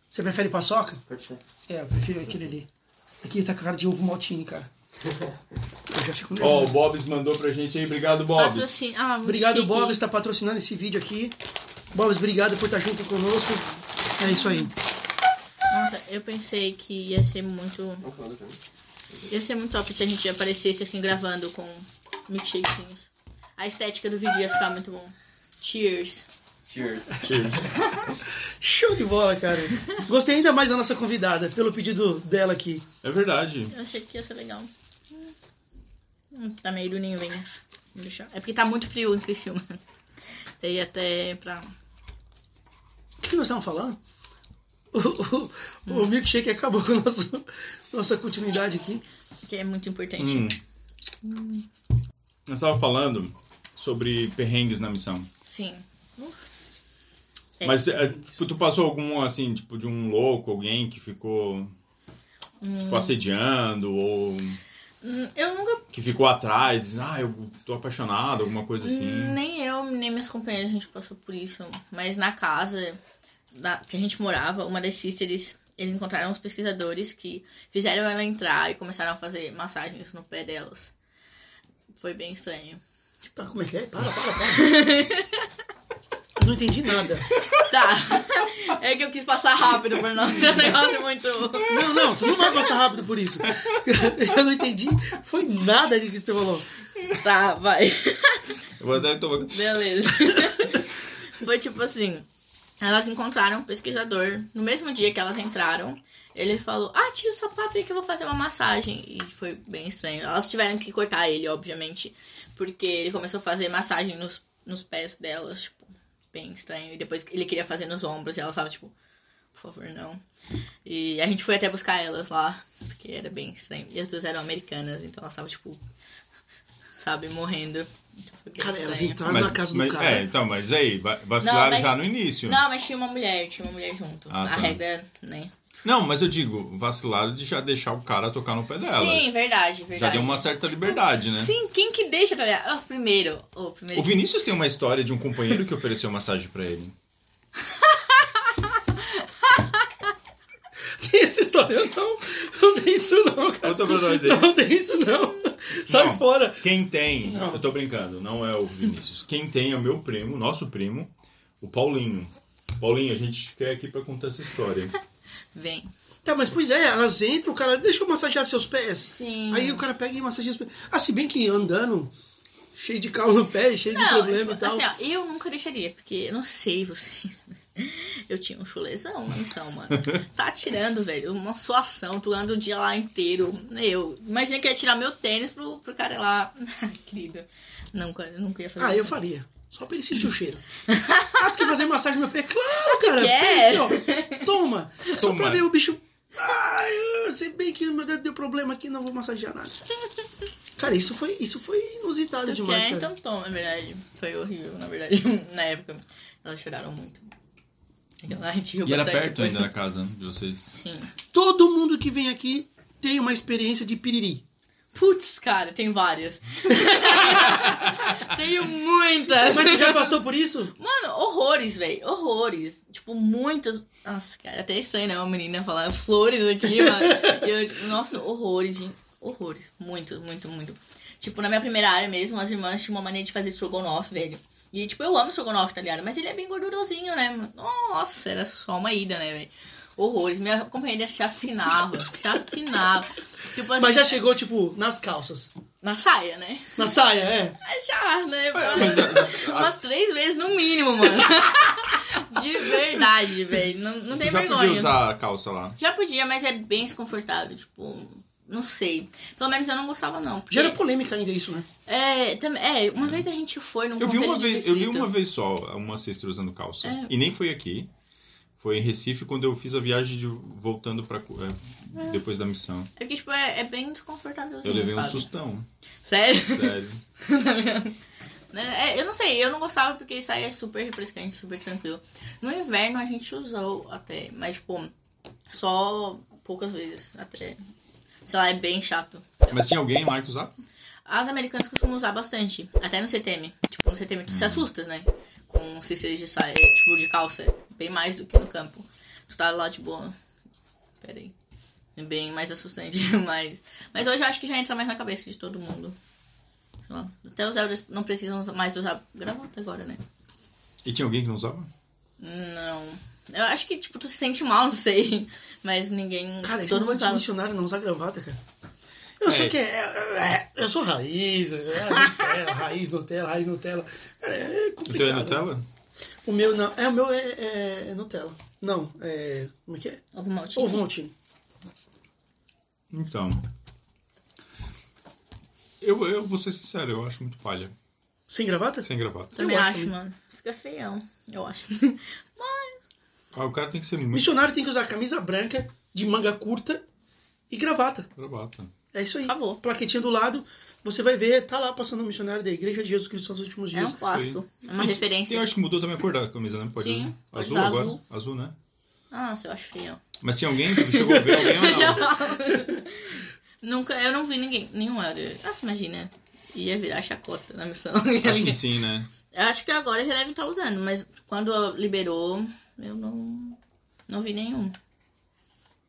C: Você prefere paçoca?
D: Pode ser.
C: É, eu prefiro aquele ali. Aqui tá com cara de ovo maltine, cara. Eu já fico
B: Ó,
C: nervoso.
B: o Bobs mandou pra gente aí. Obrigado,
A: Faço
B: Bobs.
A: assim. Ah, muito
C: Obrigado,
A: chique.
C: Bobs, está patrocinando esse vídeo aqui. Bobs, obrigado por estar junto conosco. É isso aí.
A: Nossa, eu pensei que ia ser muito.
D: Vamos falando também.
A: Ia ser muito top se a gente aparecesse assim gravando com milkshakezinhos. A estética do vídeo ia ficar muito bom. Cheers.
D: Cheers.
B: Cheers.
C: Show de bola, cara. Gostei ainda mais da nossa convidada, pelo pedido dela aqui.
B: É verdade.
A: Eu achei que ia ser legal. Hum, tá meio durinho, vem. Vou deixar. É porque tá muito frio em Criciúma. [laughs] Daí até pra.
C: O que, que nós estávamos falando? O, o- o milkshake acabou com a nossa, nossa continuidade aqui.
A: Que é muito importante.
B: Hum. Eu estava falando sobre perrengues na missão.
A: Sim. É.
B: Mas é, tipo, tu passou algum, assim, tipo, de um louco, alguém que ficou,
A: Hum.
B: ficou assediando ou...
A: Hum, Eu nunca.
B: Que ficou atrás, ah, eu tô apaixonado, alguma coisa assim.
A: hum, Nem eu, nem minhas companheiras a gente passou por isso. Mas na casa da- que a gente morava, uma das sisters, eles encontraram uns pesquisadores que fizeram ela entrar e começaram a fazer massagens no pé delas. Foi bem estranho.
C: Tá, como é que é? Para, para, para. Não entendi nada.
A: Tá. [laughs] É que eu quis passar rápido pra não ser um negócio muito.
C: Não, não, tu não vai passar rápido por isso. Eu não entendi. Foi nada de que você falou.
A: Tá, vai.
B: Eu vou até tomar.
A: Beleza. [laughs] Foi tipo assim. Elas encontraram um pesquisador. No mesmo dia que elas entraram, ele falou: Ah, tira o sapato aí que eu vou fazer uma massagem. E foi bem estranho. Elas tiveram que cortar ele, obviamente. Porque ele começou a fazer massagem nos, nos pés delas, tipo, bem estranho. E depois ele queria fazer nos ombros e elas estavam, tipo, por favor, não. E a gente foi até buscar elas lá, porque era bem estranho. E as duas eram americanas, então elas estavam, tipo, sabe, morrendo. Então foi bem
C: Cara, elas
A: estranho.
C: entraram Tá na casa do
B: mas,
C: cara.
B: É, então, mas aí, va- vacilaram
A: Não, mas-
B: já no início.
A: Não, mas tinha uma mulher, tinha uma mulher junto.
B: Ah,
A: a
B: tá.
A: regra, né?
B: Não, mas eu digo, vacilaram de já deixar o cara tocar no pé É delas.
A: Sim, verdade, verdade.
B: já deu uma certa liberdade, né?
A: Sim, quem que deixa pra olhar? Ah, primeiro, o primeiro.
B: O Vinícius tem uma história de um companheiro que ofereceu massagem pra ele.
C: Tem essa história, eu não. Não tem isso não, cara.
B: Conta pra nós aí.
C: Não tem isso não. Sai
B: Não.
C: fora.
B: Quem tem,
C: Não.
B: eu tô brincando, não é o Vinícius. Quem tem é o meu primo, nosso primo, o Paulinho. Paulinho, a gente quer aqui pra contar
A: [laughs]
B: essa história.
A: Vem.
C: Tá, mas pois é, elas entram, o cara, deixa eu massagear seus pés.
A: Sim.
C: Aí o cara pega e massageia os pés. Ah, se bem que andando, cheio de calo no pé, cheio de
A: Não,
C: problema
A: tipo,
C: e tal.
A: assim, ó, eu nunca deixaria, porque eu não sei vocês. né? Eu tinha um chulezão na missão, mano. Tá tirando, velho, uma suação, tu anda o dia lá inteiro. Eu. Imagina que eu ia tirar meu tênis pro, pro cara lá. [laughs] Ai, querido. Nunca, eu nunca ia fazer
C: Ah, eu
A: isso.
C: faria. Só pra ele sentir o cheiro. Ah, tu quer fazer massagem no meu pé?
A: [laughs]
C: Claro, cara.
A: Quero.
C: Pega aqui,
A: [laughs]
C: ó. Toma. Só
B: Toma.
C: pra ver o bicho. Ai, eu sei bem que meu dedo deu problema aqui, não vou massagear nada. Cara, isso foi, isso foi inusitado
A: Tu
C: demais,
A: quer,
C: cara.
A: então toma, na verdade. Foi horrível, na verdade. [laughs] Na época, elas choraram muito. Então, a gente riu
B: E era
A: bastante
B: perto
A: depois.
B: ainda né? da casa de vocês.
A: Sim.
C: Todo mundo que vem aqui tem uma experiência de piriri.
A: Putz, cara, tem várias. [laughs] Tenho muitas.
C: Mas tu já passou por isso?
A: Mano, horrores, velho. Horrores. Tipo, muitas. Nossa, cara, até é estranho, né? Uma menina falar flores
C: [laughs]
A: aqui, mano. E eu, tipo, nossa, horrores, gente. Horrores. Muito, muito, muito. Tipo, na minha primeira área mesmo, as irmãs tinham uma mania de fazer estrogonofe, velho. E, tipo, eu amo estrogonofe, tá ligado? Mas ele é bem gordurosinho, né? mano? Nossa, era só uma ida, né, velho? Horrores. Minha companheira se afinava, se
C: [laughs]
A: afinava. Tipo, assim,
C: Mas já chegou, tipo, nas calças.
A: Na saia, né?
C: Na saia, é.
A: Mas já, né?
B: Mas, a- a-
A: Umas três vezes no mínimo, mano. [laughs] De verdade, velho. Não, não tem
B: já
A: vergonha.
B: podia usar a calça lá.
A: Já podia, mas é bem desconfortável, tipo. Não sei. Pelo menos eu não gostava, não. porque-
C: Gera polêmica ainda isso, né?
A: é, tam- é, uma vez a gente foi num
B: Eu vi,
A: conselho
B: uma
A: de
B: vez, eu vi
A: distrito.
B: uma vez só uma sister usando calça.
A: então. É.
B: E nem foi aqui. Foi em Recife quando eu fiz a viagem de, voltando para depois da missão.
A: É que, tipo, é, é bem
B: Eu
A: desconfortávelzinho,
B: levei um
A: sabe?
B: sustão,
A: Sério? [laughs]
B: sério.
A: Né, é, eu não sei, eu não gostava porque isso aí é super refrescante, super tranquilo. No inverno a gente usou até, mas tipo, só poucas vezes até. Sei lá, é bem chato.
B: Mas tinha alguém lá que usava?
A: As americanas costumam usar bastante, até no CTM. Tipo, no CTM
C: Hum.
A: tu se assusta, né? Com CCs de saia, tipo, de calça, bem mais do que no campo. Tu tá lá de boa. Pera aí. É bem mais assustante, [laughs] mas... Mas hoje eu acho que já entra mais na cabeça de todo mundo. Sei lá. Até os elders não precisam mais usar gravata agora, né?
B: E tinha alguém que não usava?
A: Não. Eu acho que, tipo, tu se sente mal, [laughs] não sei. Mas ninguém.
C: Cara, esse
A: É, todo
C: negócio
A: mundo
C: de
A: sabe.
C: missionário não usar gravata, cara. Eu
B: É.
C: sou que. é, é, é, Eu sou raiz, é, Nutella, raiz Nutella, raiz Nutella. Cara, é
B: Tu tem
C: complicado.
B: Nutella?
C: O meu não. É, o meu é, é- é Nutella. Não, é. Como é que é?
A: Ovo malte.
C: Ovo maltine.
B: Então. Eu, eu vou ser sincero, eu acho muito palha.
C: Sem gravata?
B: Sem gravata.
A: Também
C: Eu
A: acho,
C: acho também.
A: mano. Fica feião, eu acho. [laughs]
B: Ah, o cara tem que ser muito
C: Missionário tem que usar camisa branca, de manga curta e gravata.
B: gravata.
C: É isso aí.
A: Acabou.
C: Plaquetinha do lado, você vai ver, tá lá passando o missionário da Igreja de Jesus Cristo nos últimos
A: É
C: dias.
A: um clássico. É uma
B: E-
A: referência.
B: Eu acho que mudou também a cor da camisa, né? Pode
A: Sim,
B: usar
A: pode
B: azul
A: usar
B: agora.
A: azul.
B: azul, né?
A: Ah, Nossa, eu acho feião. [laughs]
B: Mas tinha alguém que chegou a ver alguém ou não?
A: Nunca, eu não vi ninguém, nenhum elder. Nossa, imagina. Ia virar chacota na missão.
B: Acho que sim, né?
A: Eu acho que agora já devem estar usando, mas quando liberou, eu não, não vi nenhum.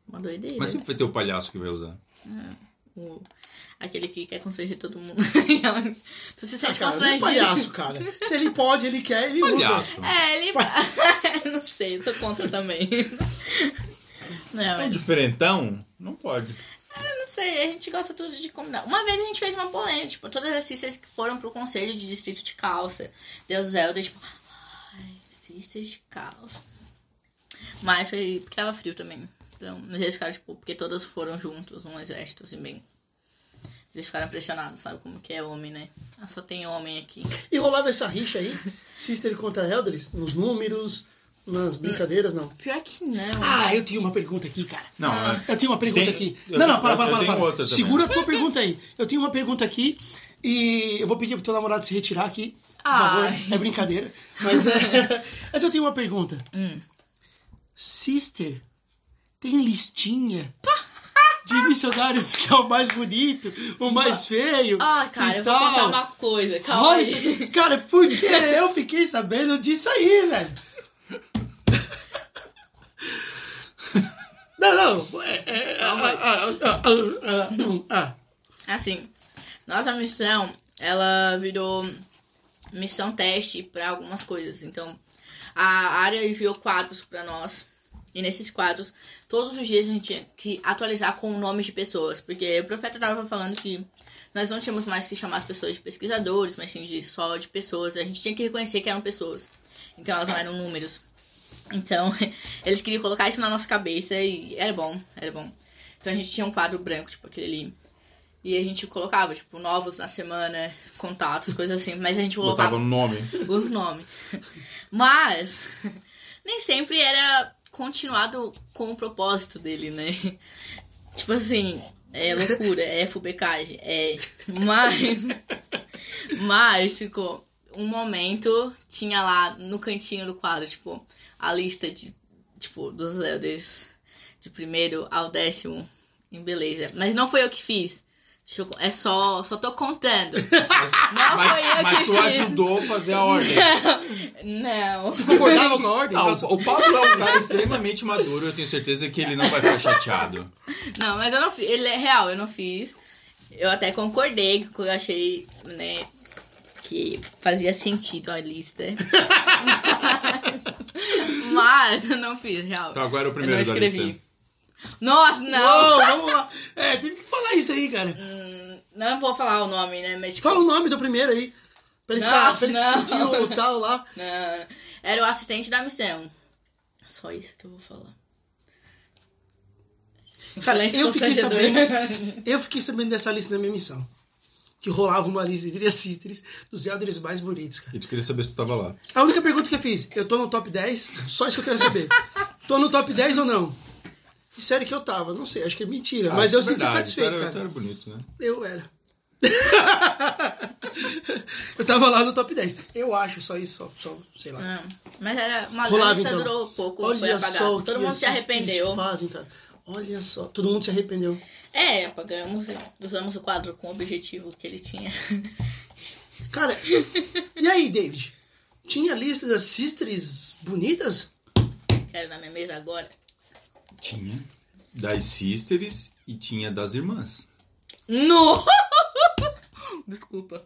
A: Uma doideira.
B: Mas sempre vai ter o palhaço que vai usar.
A: O- aquele que quer conselho de todo mundo. [laughs] Então você
C: Ah,
A: sente
C: cara, ele é um
A: constrangido.
C: palhaço, cara. Se ele pode, ele quer, ele usa.
A: [laughs]
B: Palhaço.
A: É, ele. não sei, [laughs] eu sou contra também. [laughs] Não,
C: Então,
B: É um
A: eu
B: diferentão? Não pode.
A: não sei, a gente gosta tudo de combinar. Uma vez a gente fez uma polêmica, tipo, todas as sisters que foram pro conselho de distrito de calça, Deus Zelda, tipo, ai, sisters de calça. Mas foi porque tava frio também. Então, mas eles ficaram, tipo, porque todas foram juntos, um exército, assim, bem. Eles ficaram pressionados, sabe como que é homem, né? Ah, só tem homem aqui.
C: E rolava essa rixa aí, Sister contra Elders, nos números, nas brincadeiras, não.
A: Pior que não.
C: Ah, eu tenho uma pergunta aqui, cara.
B: Não,
A: Ah.
B: é-
C: Eu tenho uma pergunta
B: Tem-
C: aqui.
B: eu-
C: não, não, para,
B: eu-
C: para,
B: eu
C: para.
B: tenho
C: para.
B: outra também.
C: Segura a tua pergunta aí. Eu tenho uma pergunta aqui e eu vou pedir pro teu namorado se retirar aqui, por
A: Ai.
C: favor. É brincadeira. Mas, é... [laughs] mas eu tenho uma pergunta.
A: Hum.
C: Sister, tem
A: [laughs]
C: listinha de missionários que é o mais bonito, o mais feio?
A: Ah, cara, eu vou
C: Então,
A: contar uma coisa. Calma
C: Olha,
A: aí.
C: isso- [laughs] cara, porque eu fiquei sabendo disso aí, velho. [laughs] Não, não. é- é-
A: Calma aí.
C: ah, ah, ah, ah, ah, ah, ah.
A: Assim, nossa missão, ela virou missão teste pra algumas coisas. Então, a área enviou quadros pra nós. E nesses quadros, todos os dias a gente tinha que atualizar com nomes de pessoas. Porque o profeta tava falando que nós não tínhamos mais que chamar as pessoas de pesquisadores, mas sim de, só de pessoas. A gente tinha que reconhecer que eram pessoas. Então elas não eram números. Então, [laughs] eles queriam colocar isso na nossa cabeça e era bom, era bom. Então a gente tinha um quadro branco, tipo aquele ali. E a gente colocava, tipo, novos na semana, contatos, coisas assim. Mas a gente colocava
B: Botava o nome.
A: os nomes. Mas nem sempre era continuado com o propósito dele, né? Tipo assim, é loucura, é fubecagem, é. Mas. Mas ficou um momento, tinha lá no cantinho do quadro, tipo, a lista de, tipo, dos elders de primeiro ao décimo em beleza. Mas não foi eu que fiz. Deixa eu- É só, só tô
B: [laughs]
A: contando. [laughs] Não foi eu que
B: Mas, mas tu
A: fiz.
B: ajudou a fazer
A: [laughs]
B: a ordem.
A: Não.
C: Tu concordava com a ordem?
B: Ah,
C: Nossa,
B: o, o Pablo é um cara extremamente maduro, eu tenho certeza que ele não vai ficar chateado.
A: Não, mas eu não fiz. Ele é real, eu não fiz. Eu até concordei que eu achei, né, que fazia sentido a lista. mas eu não fiz, real.
B: Então agora é o
A: eu não
B: primeiro da
A: escrevi.
B: lista.
A: Nossa, não!
C: não, vamos lá. É, teve que falar isso aí, cara.
A: Hum, não vou falar o nome, né? Mas tipo,
C: Fala o nome do primeiro aí. Pra ele,
A: Não,
C: ficar, pra ele se
A: não.
C: sentir o tal lá.
A: não. era o assistente da missão. Só isso que eu vou falar. O
C: Cara,
A: silêncio
C: eu fiquei
A: constrangedor.
C: Eu fiquei sabendo dessa lista na minha missão. Que rolava uma lista entre as sisters dos elders mais bonitos, cara.
B: E tu queria saber se tu tava lá.
C: A única pergunta que eu fiz, eu tô no top 10? Só isso que eu quero saber. Tô no top 10 ou não? Disseram que eu tava, não sei, acho que é mentira,
B: Ah,
C: mas eu
B: é
C: senti
B: verdade,
C: satisfeito,
B: tu era,
C: cara.
B: tu era bonito, né?
C: Eu era. [laughs] eu tava lá no top 10. Eu acho, só isso, só, só sei lá.
A: Não, mas era uma
C: Rolava,
A: lista
C: então.
A: durou pouco, Ah, foi
C: Olha
A: apagada.
C: só o que
A: Todo mundo
C: esses-
A: se arrependeu.
C: eles fazem, cara. Olha só, todo mundo se arrependeu.
A: É, apagamos, usamos o quadro com o objetivo que ele tinha. [laughs]
C: Cara, e aí, David? Tinha lista das sisters bonitas?
A: que era na minha mesa agora.
B: Tinha das sisters e tinha das irmãs.
A: No! [laughs] Desculpa.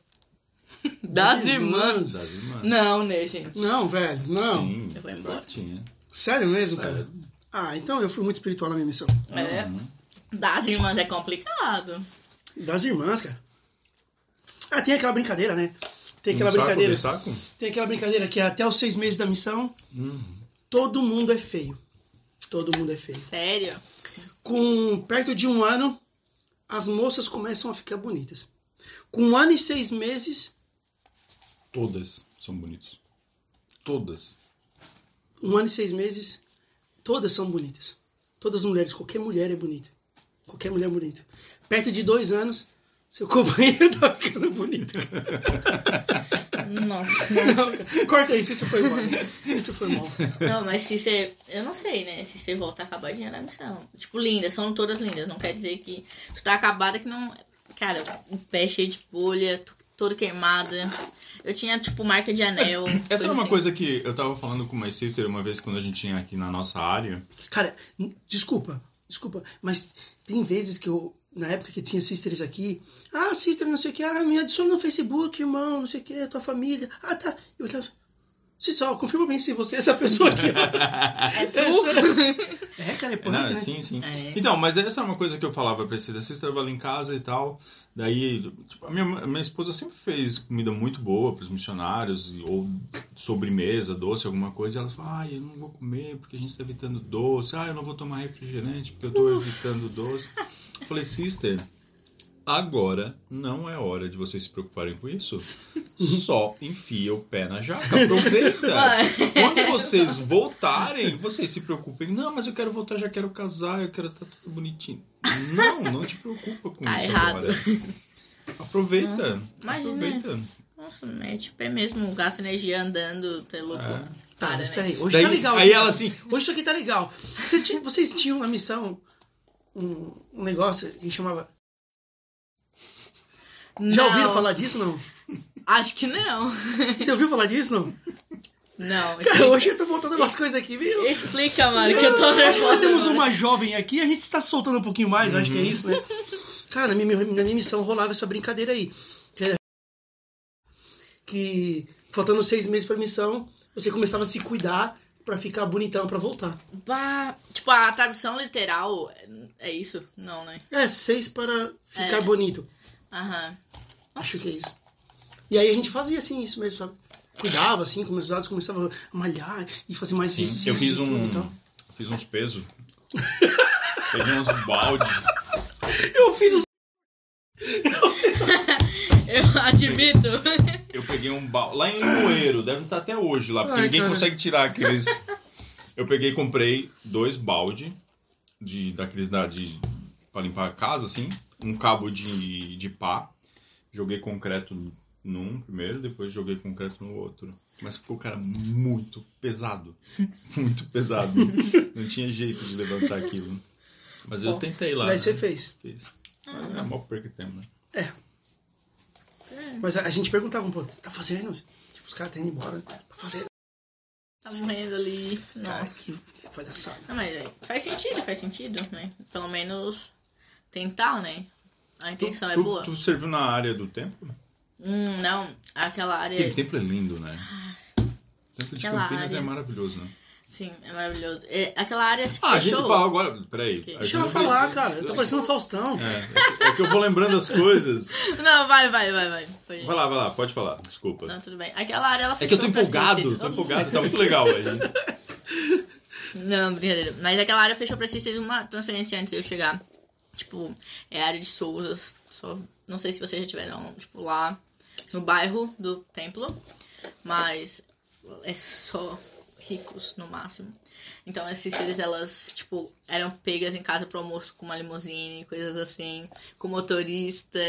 A: Das irmãs.
B: Das irmãs.
A: Não, né, gente?
C: Não, velho, não.
B: Sim,
A: Eu vou embora.
B: Tinha.
C: Sério mesmo, cara?
B: Sério.
C: Ah, então eu fui muito espiritual na minha missão.
A: É,
B: Uhum.
A: das irmãs é complicado.
C: Das irmãs, cara. Ah, tem aquela brincadeira, né? Tem aquela
B: Um saco
C: brincadeira.
B: de saco?
C: Tem aquela brincadeira que é até os seis meses da missão,
B: Uhum.
C: todo mundo é feio. Todo mundo é feio. [laughs]
A: Sério?
C: Com perto de um ano, as moças começam a ficar bonitas. Com um ano e seis meses,
B: Todas são bonitas. Todas.
C: um ano e seis meses, todas são bonitas. Todas as mulheres, qualquer mulher é bonita. Qualquer mulher é bonita. Perto de dois anos, Seu [laughs] companheiro tá ficando bonito.
A: Nossa.
C: Não, corta isso, isso foi mal. Isso foi mal.
A: Não, mas se você. Eu não sei, né? Se você voltar acabadinha da missão. Tipo, lindas, são todas lindas. Não quer dizer que tu tá acabada que não. Cara, o pé cheio de bolha, tu- todo queimada. Eu tinha, tipo, marca de anel.
B: Essa
C: é
B: era uma
A: assim.
B: coisa que eu tava falando com uma sister uma vez quando a gente tinha aqui na nossa
C: [laughs]
B: área.
C: Cara, n- desculpa, desculpa, mas tem vezes que eu, na época que tinha sisters aqui, ah, sister, não sei o que, ah, me adiciona no Facebook, irmão, não sei o que, tua família, ah, tá. Eu olhava, se só, confirma bem se você é essa pessoa aqui. ó. [laughs] é, cara, é punk,
B: Não,
C: né?
B: sim, sim.
A: É.
B: Então, mas essa é uma coisa que eu falava pra Cida. A Cida trabalha em casa e tal. Daí, tipo, a minha, a minha esposa sempre fez comida muito boa pros missionários, e- ou sobremesa, doce, alguma coisa. E elas falam, ai, eu não vou comer porque a gente tá evitando doce. Ah, eu não vou tomar refrigerante porque eu tô evitando doce. Eu falei, sister, agora não é hora de vocês se preocuparem com isso. Só enfia o pé na jaca,
A: [laughs]
B: aproveita. Quando vocês voltarem, vocês se preocupem. Não, mas eu quero voltar, já quero casar, eu quero estar tudo bonitinho. Não, não te preocupa com
A: Tá
B: isso
A: errado. Ah,
B: agora. Aproveita.
A: Imagina.
B: Aproveita.
A: Nossa, mete o pé mesmo, gasta energia andando pelo.
B: É.
C: Tá,
A: Para,
C: mas
A: né?
C: peraí, hoje
B: Daí-
C: tá legal.
B: Aí
C: né?
B: ela assim,
C: Hoje isso aqui tá legal. Vocês tinham, vocês tinham na missão um, um negócio que chamava... Já
A: Não,
C: ouviram falar disso, não?
A: Acho que não.
C: Você ouviu falar disso, não?
A: Não.
C: [laughs] Cara, hoje eu tô montando umas coisas aqui, viu?
A: Explica, mano, que eu tô
C: Acho que nós
A: nervosa
C: temos
A: agora.
C: uma jovem aqui, a gente está soltando um pouquinho mais, eu acho que é isso, né? Cara, na minha, na minha missão rolava essa brincadeira aí. Que, era- que faltando seis meses pra missão, você começava a se cuidar pra ficar bonitão pra voltar.
A: Bah, tipo, a tradução literal é isso? Não, né?
C: É, seis para ficar
A: É.
C: bonito.
A: Aham.
C: Acho que é isso. E aí a gente fazia assim, isso mesmo, sabe? Cuidava, assim, como os dados começavam a malhar e fazer mais
B: sim,
C: exercícios
B: eu fiz
C: e tudo e
B: um.
C: tal.
B: Fiz uns pesos. Peguei uns balde.
C: Eu fiz
B: um
C: os...
A: Eu admito.
B: Eu peguei um balde. Lá em Limoeiro, deve estar até hoje lá, porque
C: Ai,
B: ninguém
C: cara.
B: consegue tirar aqueles. Eu peguei e comprei dois balde de, daqueles da, de, pra limpar a casa, assim. Um cabo de, de pá. Joguei concreto num primeiro, depois joguei concreto no outro. Mas ficou, cara, muito
C: [laughs]
B: pesado. Muito pesado. Não tinha jeito de levantar aquilo. Mas eu
A: Bom,
B: tentei lá.
C: Daí você
B: né?
C: fez.
B: Fiz. Mas é a maior perca que temos, né?
A: É,
C: Mas a, a gente perguntava, pô, tá fazendo? Tipo, os caras tá indo embora. Tá fazendo?
A: Tá morrendo ali.
C: Cara,
A: Não.
C: que que palhaçada.
A: Não, mas é, faz sentido, faz sentido, né? Pelo menos tentar, né? A intenção é
B: Tu-
A: boa.
B: Tu serviu na área do templo?
A: Hum, não, aquela área.
B: Aquele templo é lindo, né? O templo de
A: Aquela
B: Campinas
A: área.
B: é maravilhoso, né?
A: Sim, é maravilhoso. É, aquela área se
B: Ah, a gente
A: fechou.
B: fala agora. Peraí.
A: Ok.
B: A
C: Deixa
B: gente
C: ela
B: vai-
C: falar, cara. Eu tô parecendo um Faustão.
B: É, é que eu vou lembrando
A: [laughs]
B: as coisas.
A: Não, vai, vai, vai, vai. Pode ir.
B: Vai lá, vai lá, pode falar, desculpa.
A: Não, tudo bem. Aquela área ela
B: É que eu
A: fechou. É.
B: tô
A: Ah, pra
B: empolgado,
A: assistência.
B: tô empolgado, tá muito legal hoje.
A: Não, brincadeira. Mas aquela área fechou pra vocês uma transferência antes de eu chegar. Tipo, é a área de Souzas. Só, não sei se vocês já tiveram, tipo, lá no bairro do templo. Mas é só ricos no máximo. Então as sisters, elas, tipo, eram pegas em casa pro almoço com uma limusine, coisas assim, com motorista.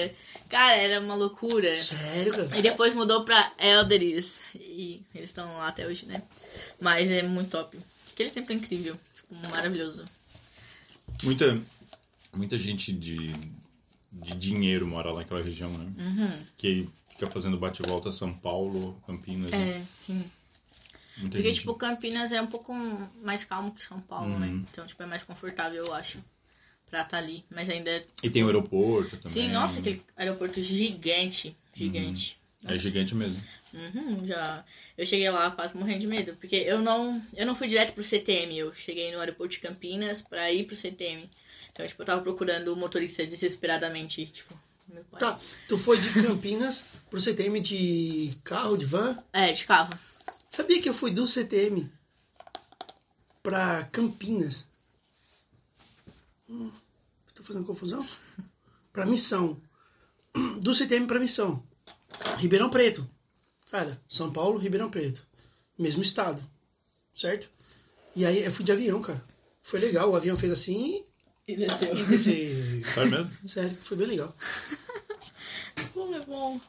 A: Cara, era uma loucura.
C: Sério, cara.
A: E depois mudou pra Elderis. E eles estão lá até hoje, né? Mas é muito top. Aquele templo é incrível. Tipo, maravilhoso.
B: Muita, muita gente de, de dinheiro mora lá naquela região, né?
A: Uhum.
B: Que fica fazendo bate-volta São Paulo, Campinas. né?
A: É, sim.
B: Muita
A: Porque,
B: gente.
A: tipo, Campinas é um pouco mais calmo que São Paulo, né?
B: Uhum.
A: Então, tipo, é mais confortável, eu acho. Pra estar ali. Mas ainda. é-
B: E tem o aeroporto também.
A: Sim, nossa, aquele aeroporto gigante. Gigante.
B: É gigante mesmo.
A: Uhum, já. Eu cheguei lá quase morrendo de medo, porque eu não, eu não fui direto pro CTM, eu cheguei no aeroporto de Campinas pra ir pro CTM. Então, tipo, eu tava procurando o motorista desesperadamente, tipo, meu pai.
C: Tá. Tu foi de Campinas pro CTM de carro, de van.
A: É, de carro.
C: Sabia que eu fui do CTM pra Campinas? Hum, tô fazendo confusão? Pra missão. Do CTM pra missão. Ribeirão Preto. Cara, São Paulo, Ribeirão Preto. Mesmo estado. Certo? E aí eu fui de avião, cara. Foi legal. O avião fez assim
A: E desceu.
C: e desceu.
B: Sério mesmo?
C: Sério, foi bem legal.
A: Como é bom.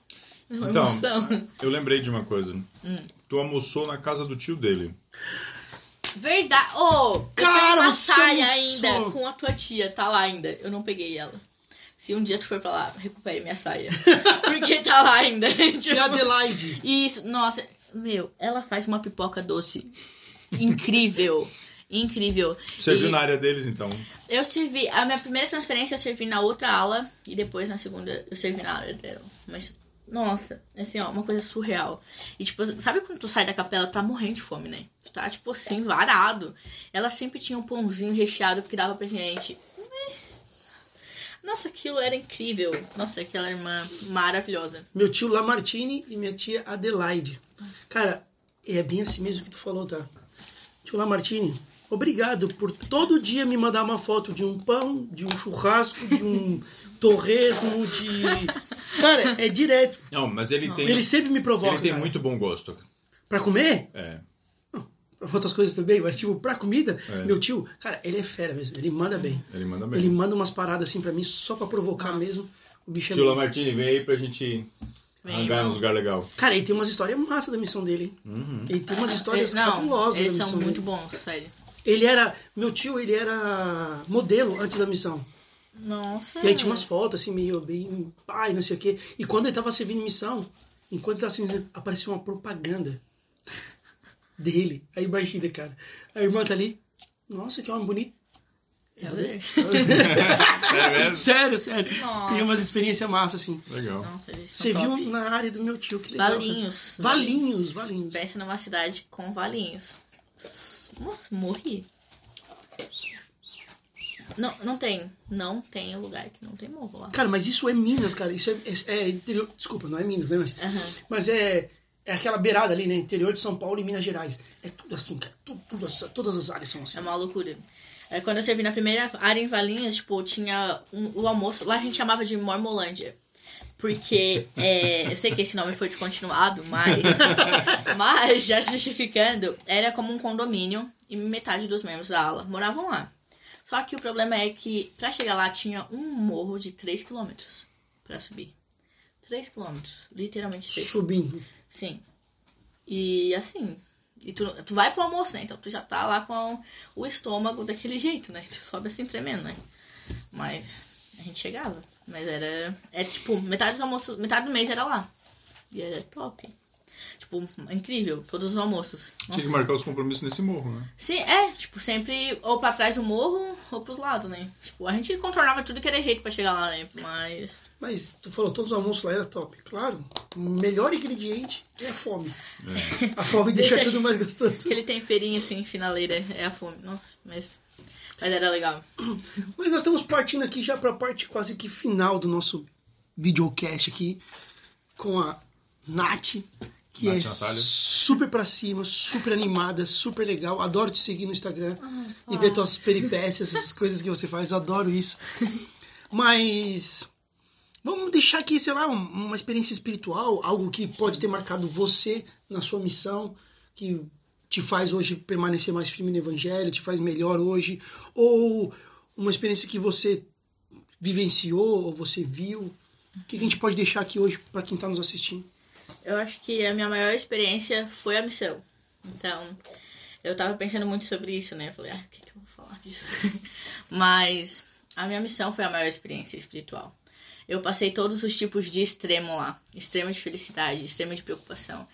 A: É uma
B: Então,
A: emoção.
B: Eu lembrei de uma coisa.
A: Hum.
B: Tu almoçou na casa do tio dele.
A: Verdade. Ô,
C: Cara,
A: eu tenho uma
C: você é um
A: saia
C: almoçou.
A: ainda com a tua tia, tá lá ainda. Eu não peguei ela. Se um dia tu for pra lá, recupere minha
C: [laughs]
A: saia. Porque tá lá ainda.
C: Tia
A: Tipo,
C: Adelaide.
A: Isso, nossa, meu, ela faz uma pipoca doce incrível. incrível.
B: Você viu
A: E-
B: na área deles, então.
A: Eu servi, a minha primeira transferência eu servi na outra ala e depois na segunda eu servi na área dela. Mas, nossa, assim, ó, uma coisa surreal. E tipo, sabe quando tu sai da capela, tu tá morrendo de fome, né? Tu tá, tipo assim, varado. Ela sempre tinha um pãozinho recheado que dava pra gente. Nossa, aquilo era incrível. Nossa, aquela irmã maravilhosa.
C: Meu tio Lamartine e minha tia Adelaide. Cara, é bem assim mesmo que tu falou, tá? Tio Lamartine, obrigado por todo dia me mandar uma foto de um pão, de um churrasco, de um torresmo, de. Cara, é direto.
B: Não, mas ele
A: Não.
B: tem.
C: Ele sempre me provoca.
B: ele tem
C: cara.
B: muito bom gosto.
C: Pra comer?
B: É.
C: Pra outras coisas também, mas tipo, pra comida,
B: É.
C: meu tio, cara, ele é fera mesmo, ele manda bem.
B: Ele manda bem.
C: Ele manda umas paradas assim pra mim só pra provocar
A: Nossa.
C: mesmo. O bicho é
B: Tio
C: bom.
B: Lamartine, vem aí pra gente
A: Vem,
B: arrancar num
A: irmão.
B: lugar legal.
C: Cara, ele tem umas histórias massa da missão dele, hein?
B: Uhum.
C: Ele tem umas histórias
A: Eles- É, não,
C: cabulosas né?
A: eles
C: da
A: são
C: missão.
A: muito
C: dele.
A: bons, sério.
C: Ele era, meu tio, ele era modelo antes da missão.
A: Nossa.
C: E aí tinha umas fotos assim, meio bem, pai, não sei o quê. E quando ele tava servindo missão, enquanto ele tava servindo, apareceu uma propaganda dele. Aí imagina, cara. A irmã tá ali, nossa, que homem bonito.
B: É mesmo?
C: [laughs] Sério, sério.
A: Nossa.
C: Tem umas experiências massas, assim.
B: Legal.
A: Nossa, eles são
C: Você
A: top.
C: viu na área do meu tio, que legal. cara.
A: Valinhos. né?
C: Valinhos, valinhos.
A: Pensa numa cidade com valinhos. Nossa, morri. Não, não tem. Não tem lugar que não tem morro lá.
C: Cara, mas isso é Minas, cara. Isso é, é- é interior. Desculpa, não é Minas, né? Mas,
A: Aham.
C: mas é, é aquela beirada ali, né? Interior de São Paulo e Minas Gerais. É tudo assim, cara. Tudo, tudo assim, todas as áreas são assim.
A: É uma loucura. É, quando eu servi na primeira área em Valinhas, tipo, tinha um- o almoço. Lá a gente chamava de Mormolândia. Porque é, eu sei que esse nome foi descontinuado, mas. mas, já justificando, era como um condomínio e metade dos membros da ala moravam lá. Só que o problema é que pra chegar lá tinha um morro de 3 km pra subir. 3 km, literalmente 3
C: Subindo.
A: Sim. E assim. E tu, tu vai pro almoço, né? Então tu já tá lá com o estômago daquele jeito, né? Tu sobe assim tremendo, né? Mas a gente chegava. Mas era. É tipo, metade dos almoços. Metade do mês era lá. E era top. Tipo, incrível, todos os almoços.
B: Tinha que
A: Nossa.
B: marcar os compromissos nesse morro, né?
A: Sim, é, tipo, sempre ou pra trás do morro ou pros lados, né? Tipo, a gente contornava tudo que era jeito pra chegar lá, né? Mas.
C: Mas tu falou, todos os almoços lá era top. Claro, o melhor ingrediente é a fome.
B: É.
C: A fome
A: Deixa
C: deixa
A: aqui.
C: tudo mais gostoso.
A: Aquele temperinho assim, finaleira, é a fome. Nossa, mas. Mas era legal.
C: Mas nós estamos partindo aqui já para a parte quase que final do nosso videocast aqui com a Nath, que
B: Nath
C: é
B: Natália.
C: super pra cima, super animada, super legal. Adoro te seguir no Instagram e ver tuas peripécias, essas coisas que você faz, adoro isso. Mas vamos deixar aqui, sei lá, um- uma experiência espiritual, algo que pode ter marcado você na sua missão, que te faz hoje permanecer mais firme no evangelho, te faz melhor hoje, ou uma experiência que você vivenciou ou você viu. O que que a gente pode deixar aqui hoje para quem está nos assistindo?
A: Eu acho que a minha maior experiência foi a missão. Então, eu tava pensando muito sobre isso, né? Eu falei, ah, o que, que eu vou falar disso? [laughs] Mas a minha missão foi a maior experiência espiritual. Eu passei todos os tipos de extremo lá: extremo de felicidade, extremo de preocupação.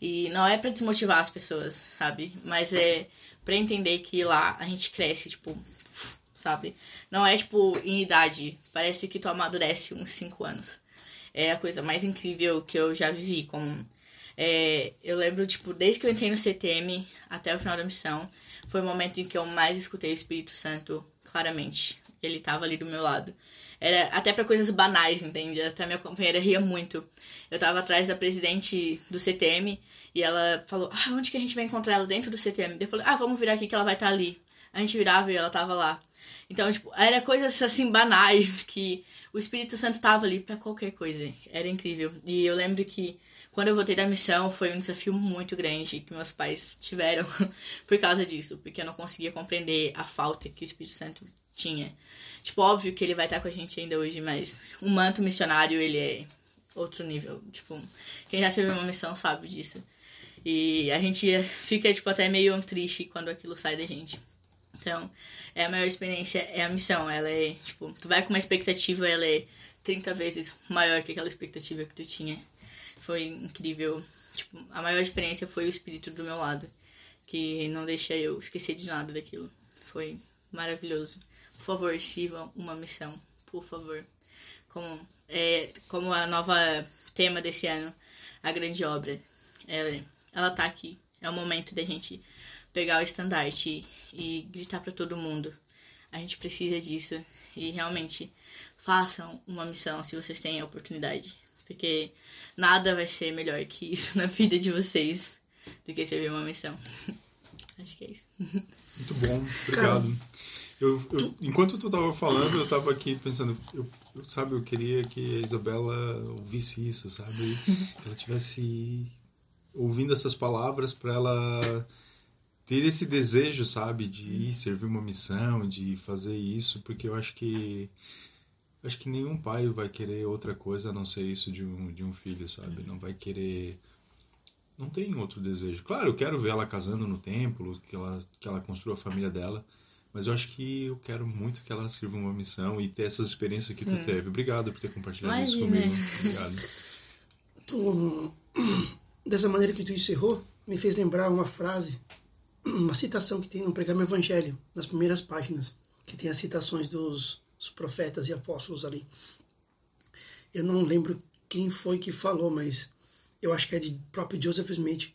A: E não é pra desmotivar as pessoas, sabe? Mas é pra entender que lá a gente cresce, tipo, sabe? Não é tipo em idade, parece que tu amadurece uns 5 anos é a coisa mais incrível que eu já vivi. Como, é, eu lembro, tipo, desde que eu entrei no CTM até o final da missão, foi o momento em que eu mais escutei o Espírito Santo claramente. Ele tava ali do meu lado. Era até pra coisas banais, entende? Até minha companheira ria muito. Eu tava atrás da presidente do CTM e ela falou: Ah, onde que a gente vai encontrar ela? Dentro do CTM. Daí Eu falei: Ah, vamos virar aqui que ela vai estar ali. A gente virava e ela tava lá. Então, tipo, era coisas assim banais [laughs] que o Espírito Santo tava ali pra qualquer coisa. Era incrível. E eu lembro que quando eu voltei da missão foi um desafio muito grande que meus pais tiveram [laughs] por causa disso, porque eu não conseguia compreender a falta que o Espírito Santo tinha. Tipo, óbvio que ele vai estar com a gente ainda hoje, mas o manto um missionário, ele é outro nível. Tipo, quem já serviu uma missão sabe disso. E a gente fica, tipo, até meio triste quando aquilo sai da gente. Então, é a maior experiência, é a missão. Ela é, tipo, tu vai com uma expectativa, ela é 30 vezes maior que aquela expectativa que tu tinha. Foi incrível. Tipo, a maior experiência foi o espírito do meu lado, que não deixa eu esquecer de nada daquilo. Foi maravilhoso. Por favor, sirva uma missão, por favor. Como é como a nova tema desse ano, a grande obra. Ela, ela tá aqui. É o momento da gente pegar o estandarte e, e gritar para todo mundo. A gente precisa disso e realmente façam uma missão se vocês têm a oportunidade, porque nada vai ser melhor que isso [laughs] na vida de vocês do que servir uma missão. [laughs] Acho que é isso.
B: Muito bom, obrigado. Eu, eu- enquanto tu tava falando, eu tava aqui pensando, eu, eu, sabe, eu queria que a Isabela ouvisse isso, sabe? Que ela tivesse ouvindo essas palavras para ela ter esse desejo, sabe, de
A: Uhum.
B: ir servir uma missão, de fazer isso, porque eu acho que acho que nenhum pai vai querer outra coisa a não ser isso de um, de um filho,
A: É.
B: sabe? Não vai querer não tem outro desejo. Claro, eu quero ver ela casando no templo, que ela que ela construa a família dela, mas eu acho que eu quero muito que ela sirva uma missão e ter essas experiências que
A: Sim.
B: tu teve. Obrigado por ter compartilhado isso
A: Imagina.
B: comigo. Obrigado.
C: Tu- [clears throat] dessa maneira que tu encerrou, me fez lembrar uma frase, [clears throat] uma citação que tem no Pregame Evangelho, nas primeiras páginas, que tem as citações dos, dos profetas e apóstolos ali. Eu não lembro quem foi que falou, mas eu acho que é de próprio Joseph Smith,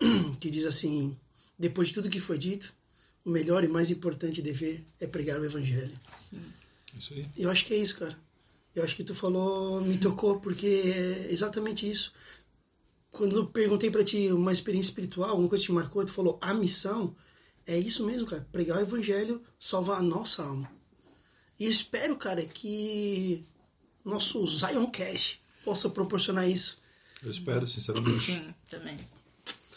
C: [clears throat] que diz assim: depois de tudo que foi dito, o melhor e mais importante dever é pregar o Evangelho.
B: Isso aí.
C: Eu acho que é isso, cara. Eu acho que tu falou, me tocou, porque é exatamente isso. Quando eu perguntei pra ti uma experiência espiritual, alguma coisa te marcou, tu falou, a missão é isso mesmo, cara. Pregar o evangelho, salvar a nossa alma. E eu espero, cara, que nosso Zion Cash possa proporcionar isso.
A: [laughs]
B: Eu espero, sinceramente.
A: Sim, também.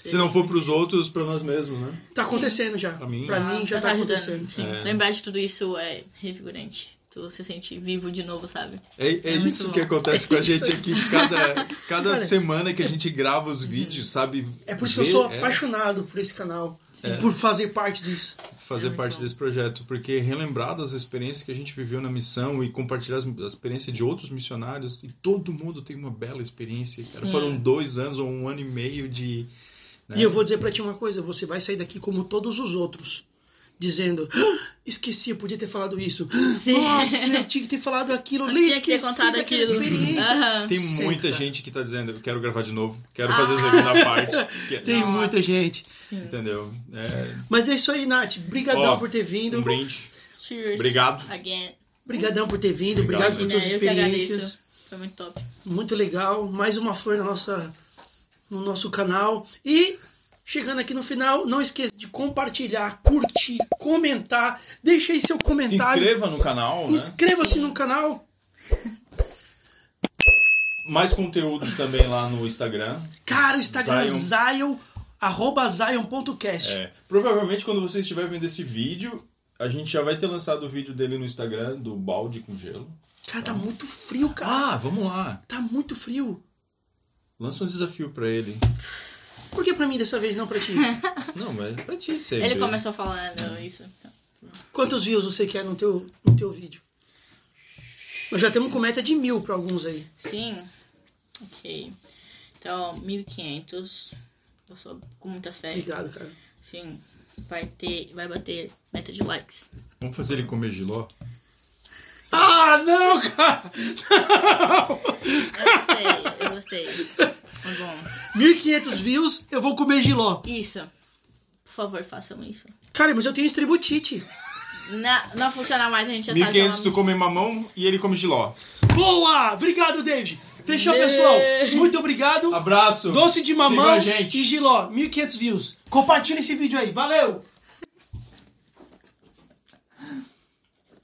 B: Se não for pros outros, pra nós mesmos, né?
C: Tá acontecendo já.
B: Pra mim-
C: já tá, acontecendo.
A: Sim.
B: É.
A: Lembrar de tudo isso é revigorante. Tu se sente vivo de novo,
C: [gasps]
A: sabe?
B: É, é
A: É muito
B: isso
A: bom.
B: que
C: [laughs]
B: acontece com a gente aqui cada, cada
C: Cara.
B: semana que a gente grava os vídeos, sabe?
C: É por isso que eu
B: Ver,
C: sou
B: é,
C: apaixonado por esse canal
B: É.
C: e por fazer parte disso.
B: fazer
A: É muito
B: parte
A: bom.
B: desse projeto, porque relembrar das experiências que a gente viveu na missão e compartilhar as, a experiência de outros missionários, e todo mundo tem uma bela experiência. cara.
A: Sim.
B: Foram dois anos ou um ano e meio de. né?
C: E eu vou dizer pra ti uma coisa, você vai sair daqui como todos os outros, dizendo, "Ah, esqueci, eu podia ter falado isso.
A: Sim.
C: Nossa, eu tinha que ter falado aquilo,
A: [laughs] Eu
C: ali,
A: tinha que ter
C: esqueci
A: contado
C: daquela
A: aquilo.
C: experiência.
A: Aham.
B: Tem
C: Sempre,
B: muita
C: cara. Ah.
B: gente que tá dizendo, eu quero gravar de novo, quero fazer a segunda
C: [laughs]
B: parte. que- é,
C: Tem
A: Ah, Nossa.
C: muita gente.
B: Entendeu? É,
C: Mas é isso aí, Nath. Brigadão
B: Ó,
C: por ter
B: um
C: vindo.
B: brinde.
A: Cheers.
B: Obrigado.
A: Again.
C: Brigadão por ter vindo.
B: Obrigado.
C: Obrigado por tuas
A: né? Eu que
C: experiências.
A: agradeço. Foi muito top.
C: Muito legal. Mais uma flor na nossa, no nosso canal. E chegando aqui no final, não esqueça de compartilhar, curtir, comentar. Deixe aí seu
B: Se
C: comentário.
B: inscreva no canal, né?
C: Inscreva-se no canal.
B: Mais conteúdo também lá no Instagram.
C: Cara, o Instagram é Zion, arroba zion.cast.
B: É, provavelmente quando você estiver vendo esse vídeo, a gente já vai ter lançado o vídeo dele no Instagram, do balde com gelo.
C: Cara, tá muito frio, cara.
B: Ah, vamos lá.
C: Tá muito frio.
B: Lança um desafio pra ele.
C: Por que pra mim dessa vez, não pra ti?
B: Não, mas é pra ti sempre. né?
A: Ele começou falando isso.
C: Quantos views você quer no teu, no teu vídeo? Nós já temos com meta de mil pra alguns aí.
A: Sim. Ok. Então, 1500. Eu sou com muita fé.
C: Obrigado, cara.
A: Sim. Vai ter. Vai bater meta de likes.
B: Vamos fazer ele comer giló?
C: Ah, não, cara!
A: Eu gostei, eu gostei. Foi bom.
C: 1.500 views, eu vou comer giló.
A: Isso. Por favor, façam isso.
C: Cara, mas eu tenho estributite.
A: Na, não funciona mais, a gente já sabe. que
B: 1500
A: é
B: tu
A: uma-
B: come mamão e ele come giló.
C: Boa! Obrigado, David. Fechou, pessoal. Muito obrigado.
B: Abraço.
C: Doce de
B: Siga
C: mamão
B: a
C: e
B: gente.
C: giló. 1.500 views. Compartilha esse vídeo aí. Valeu!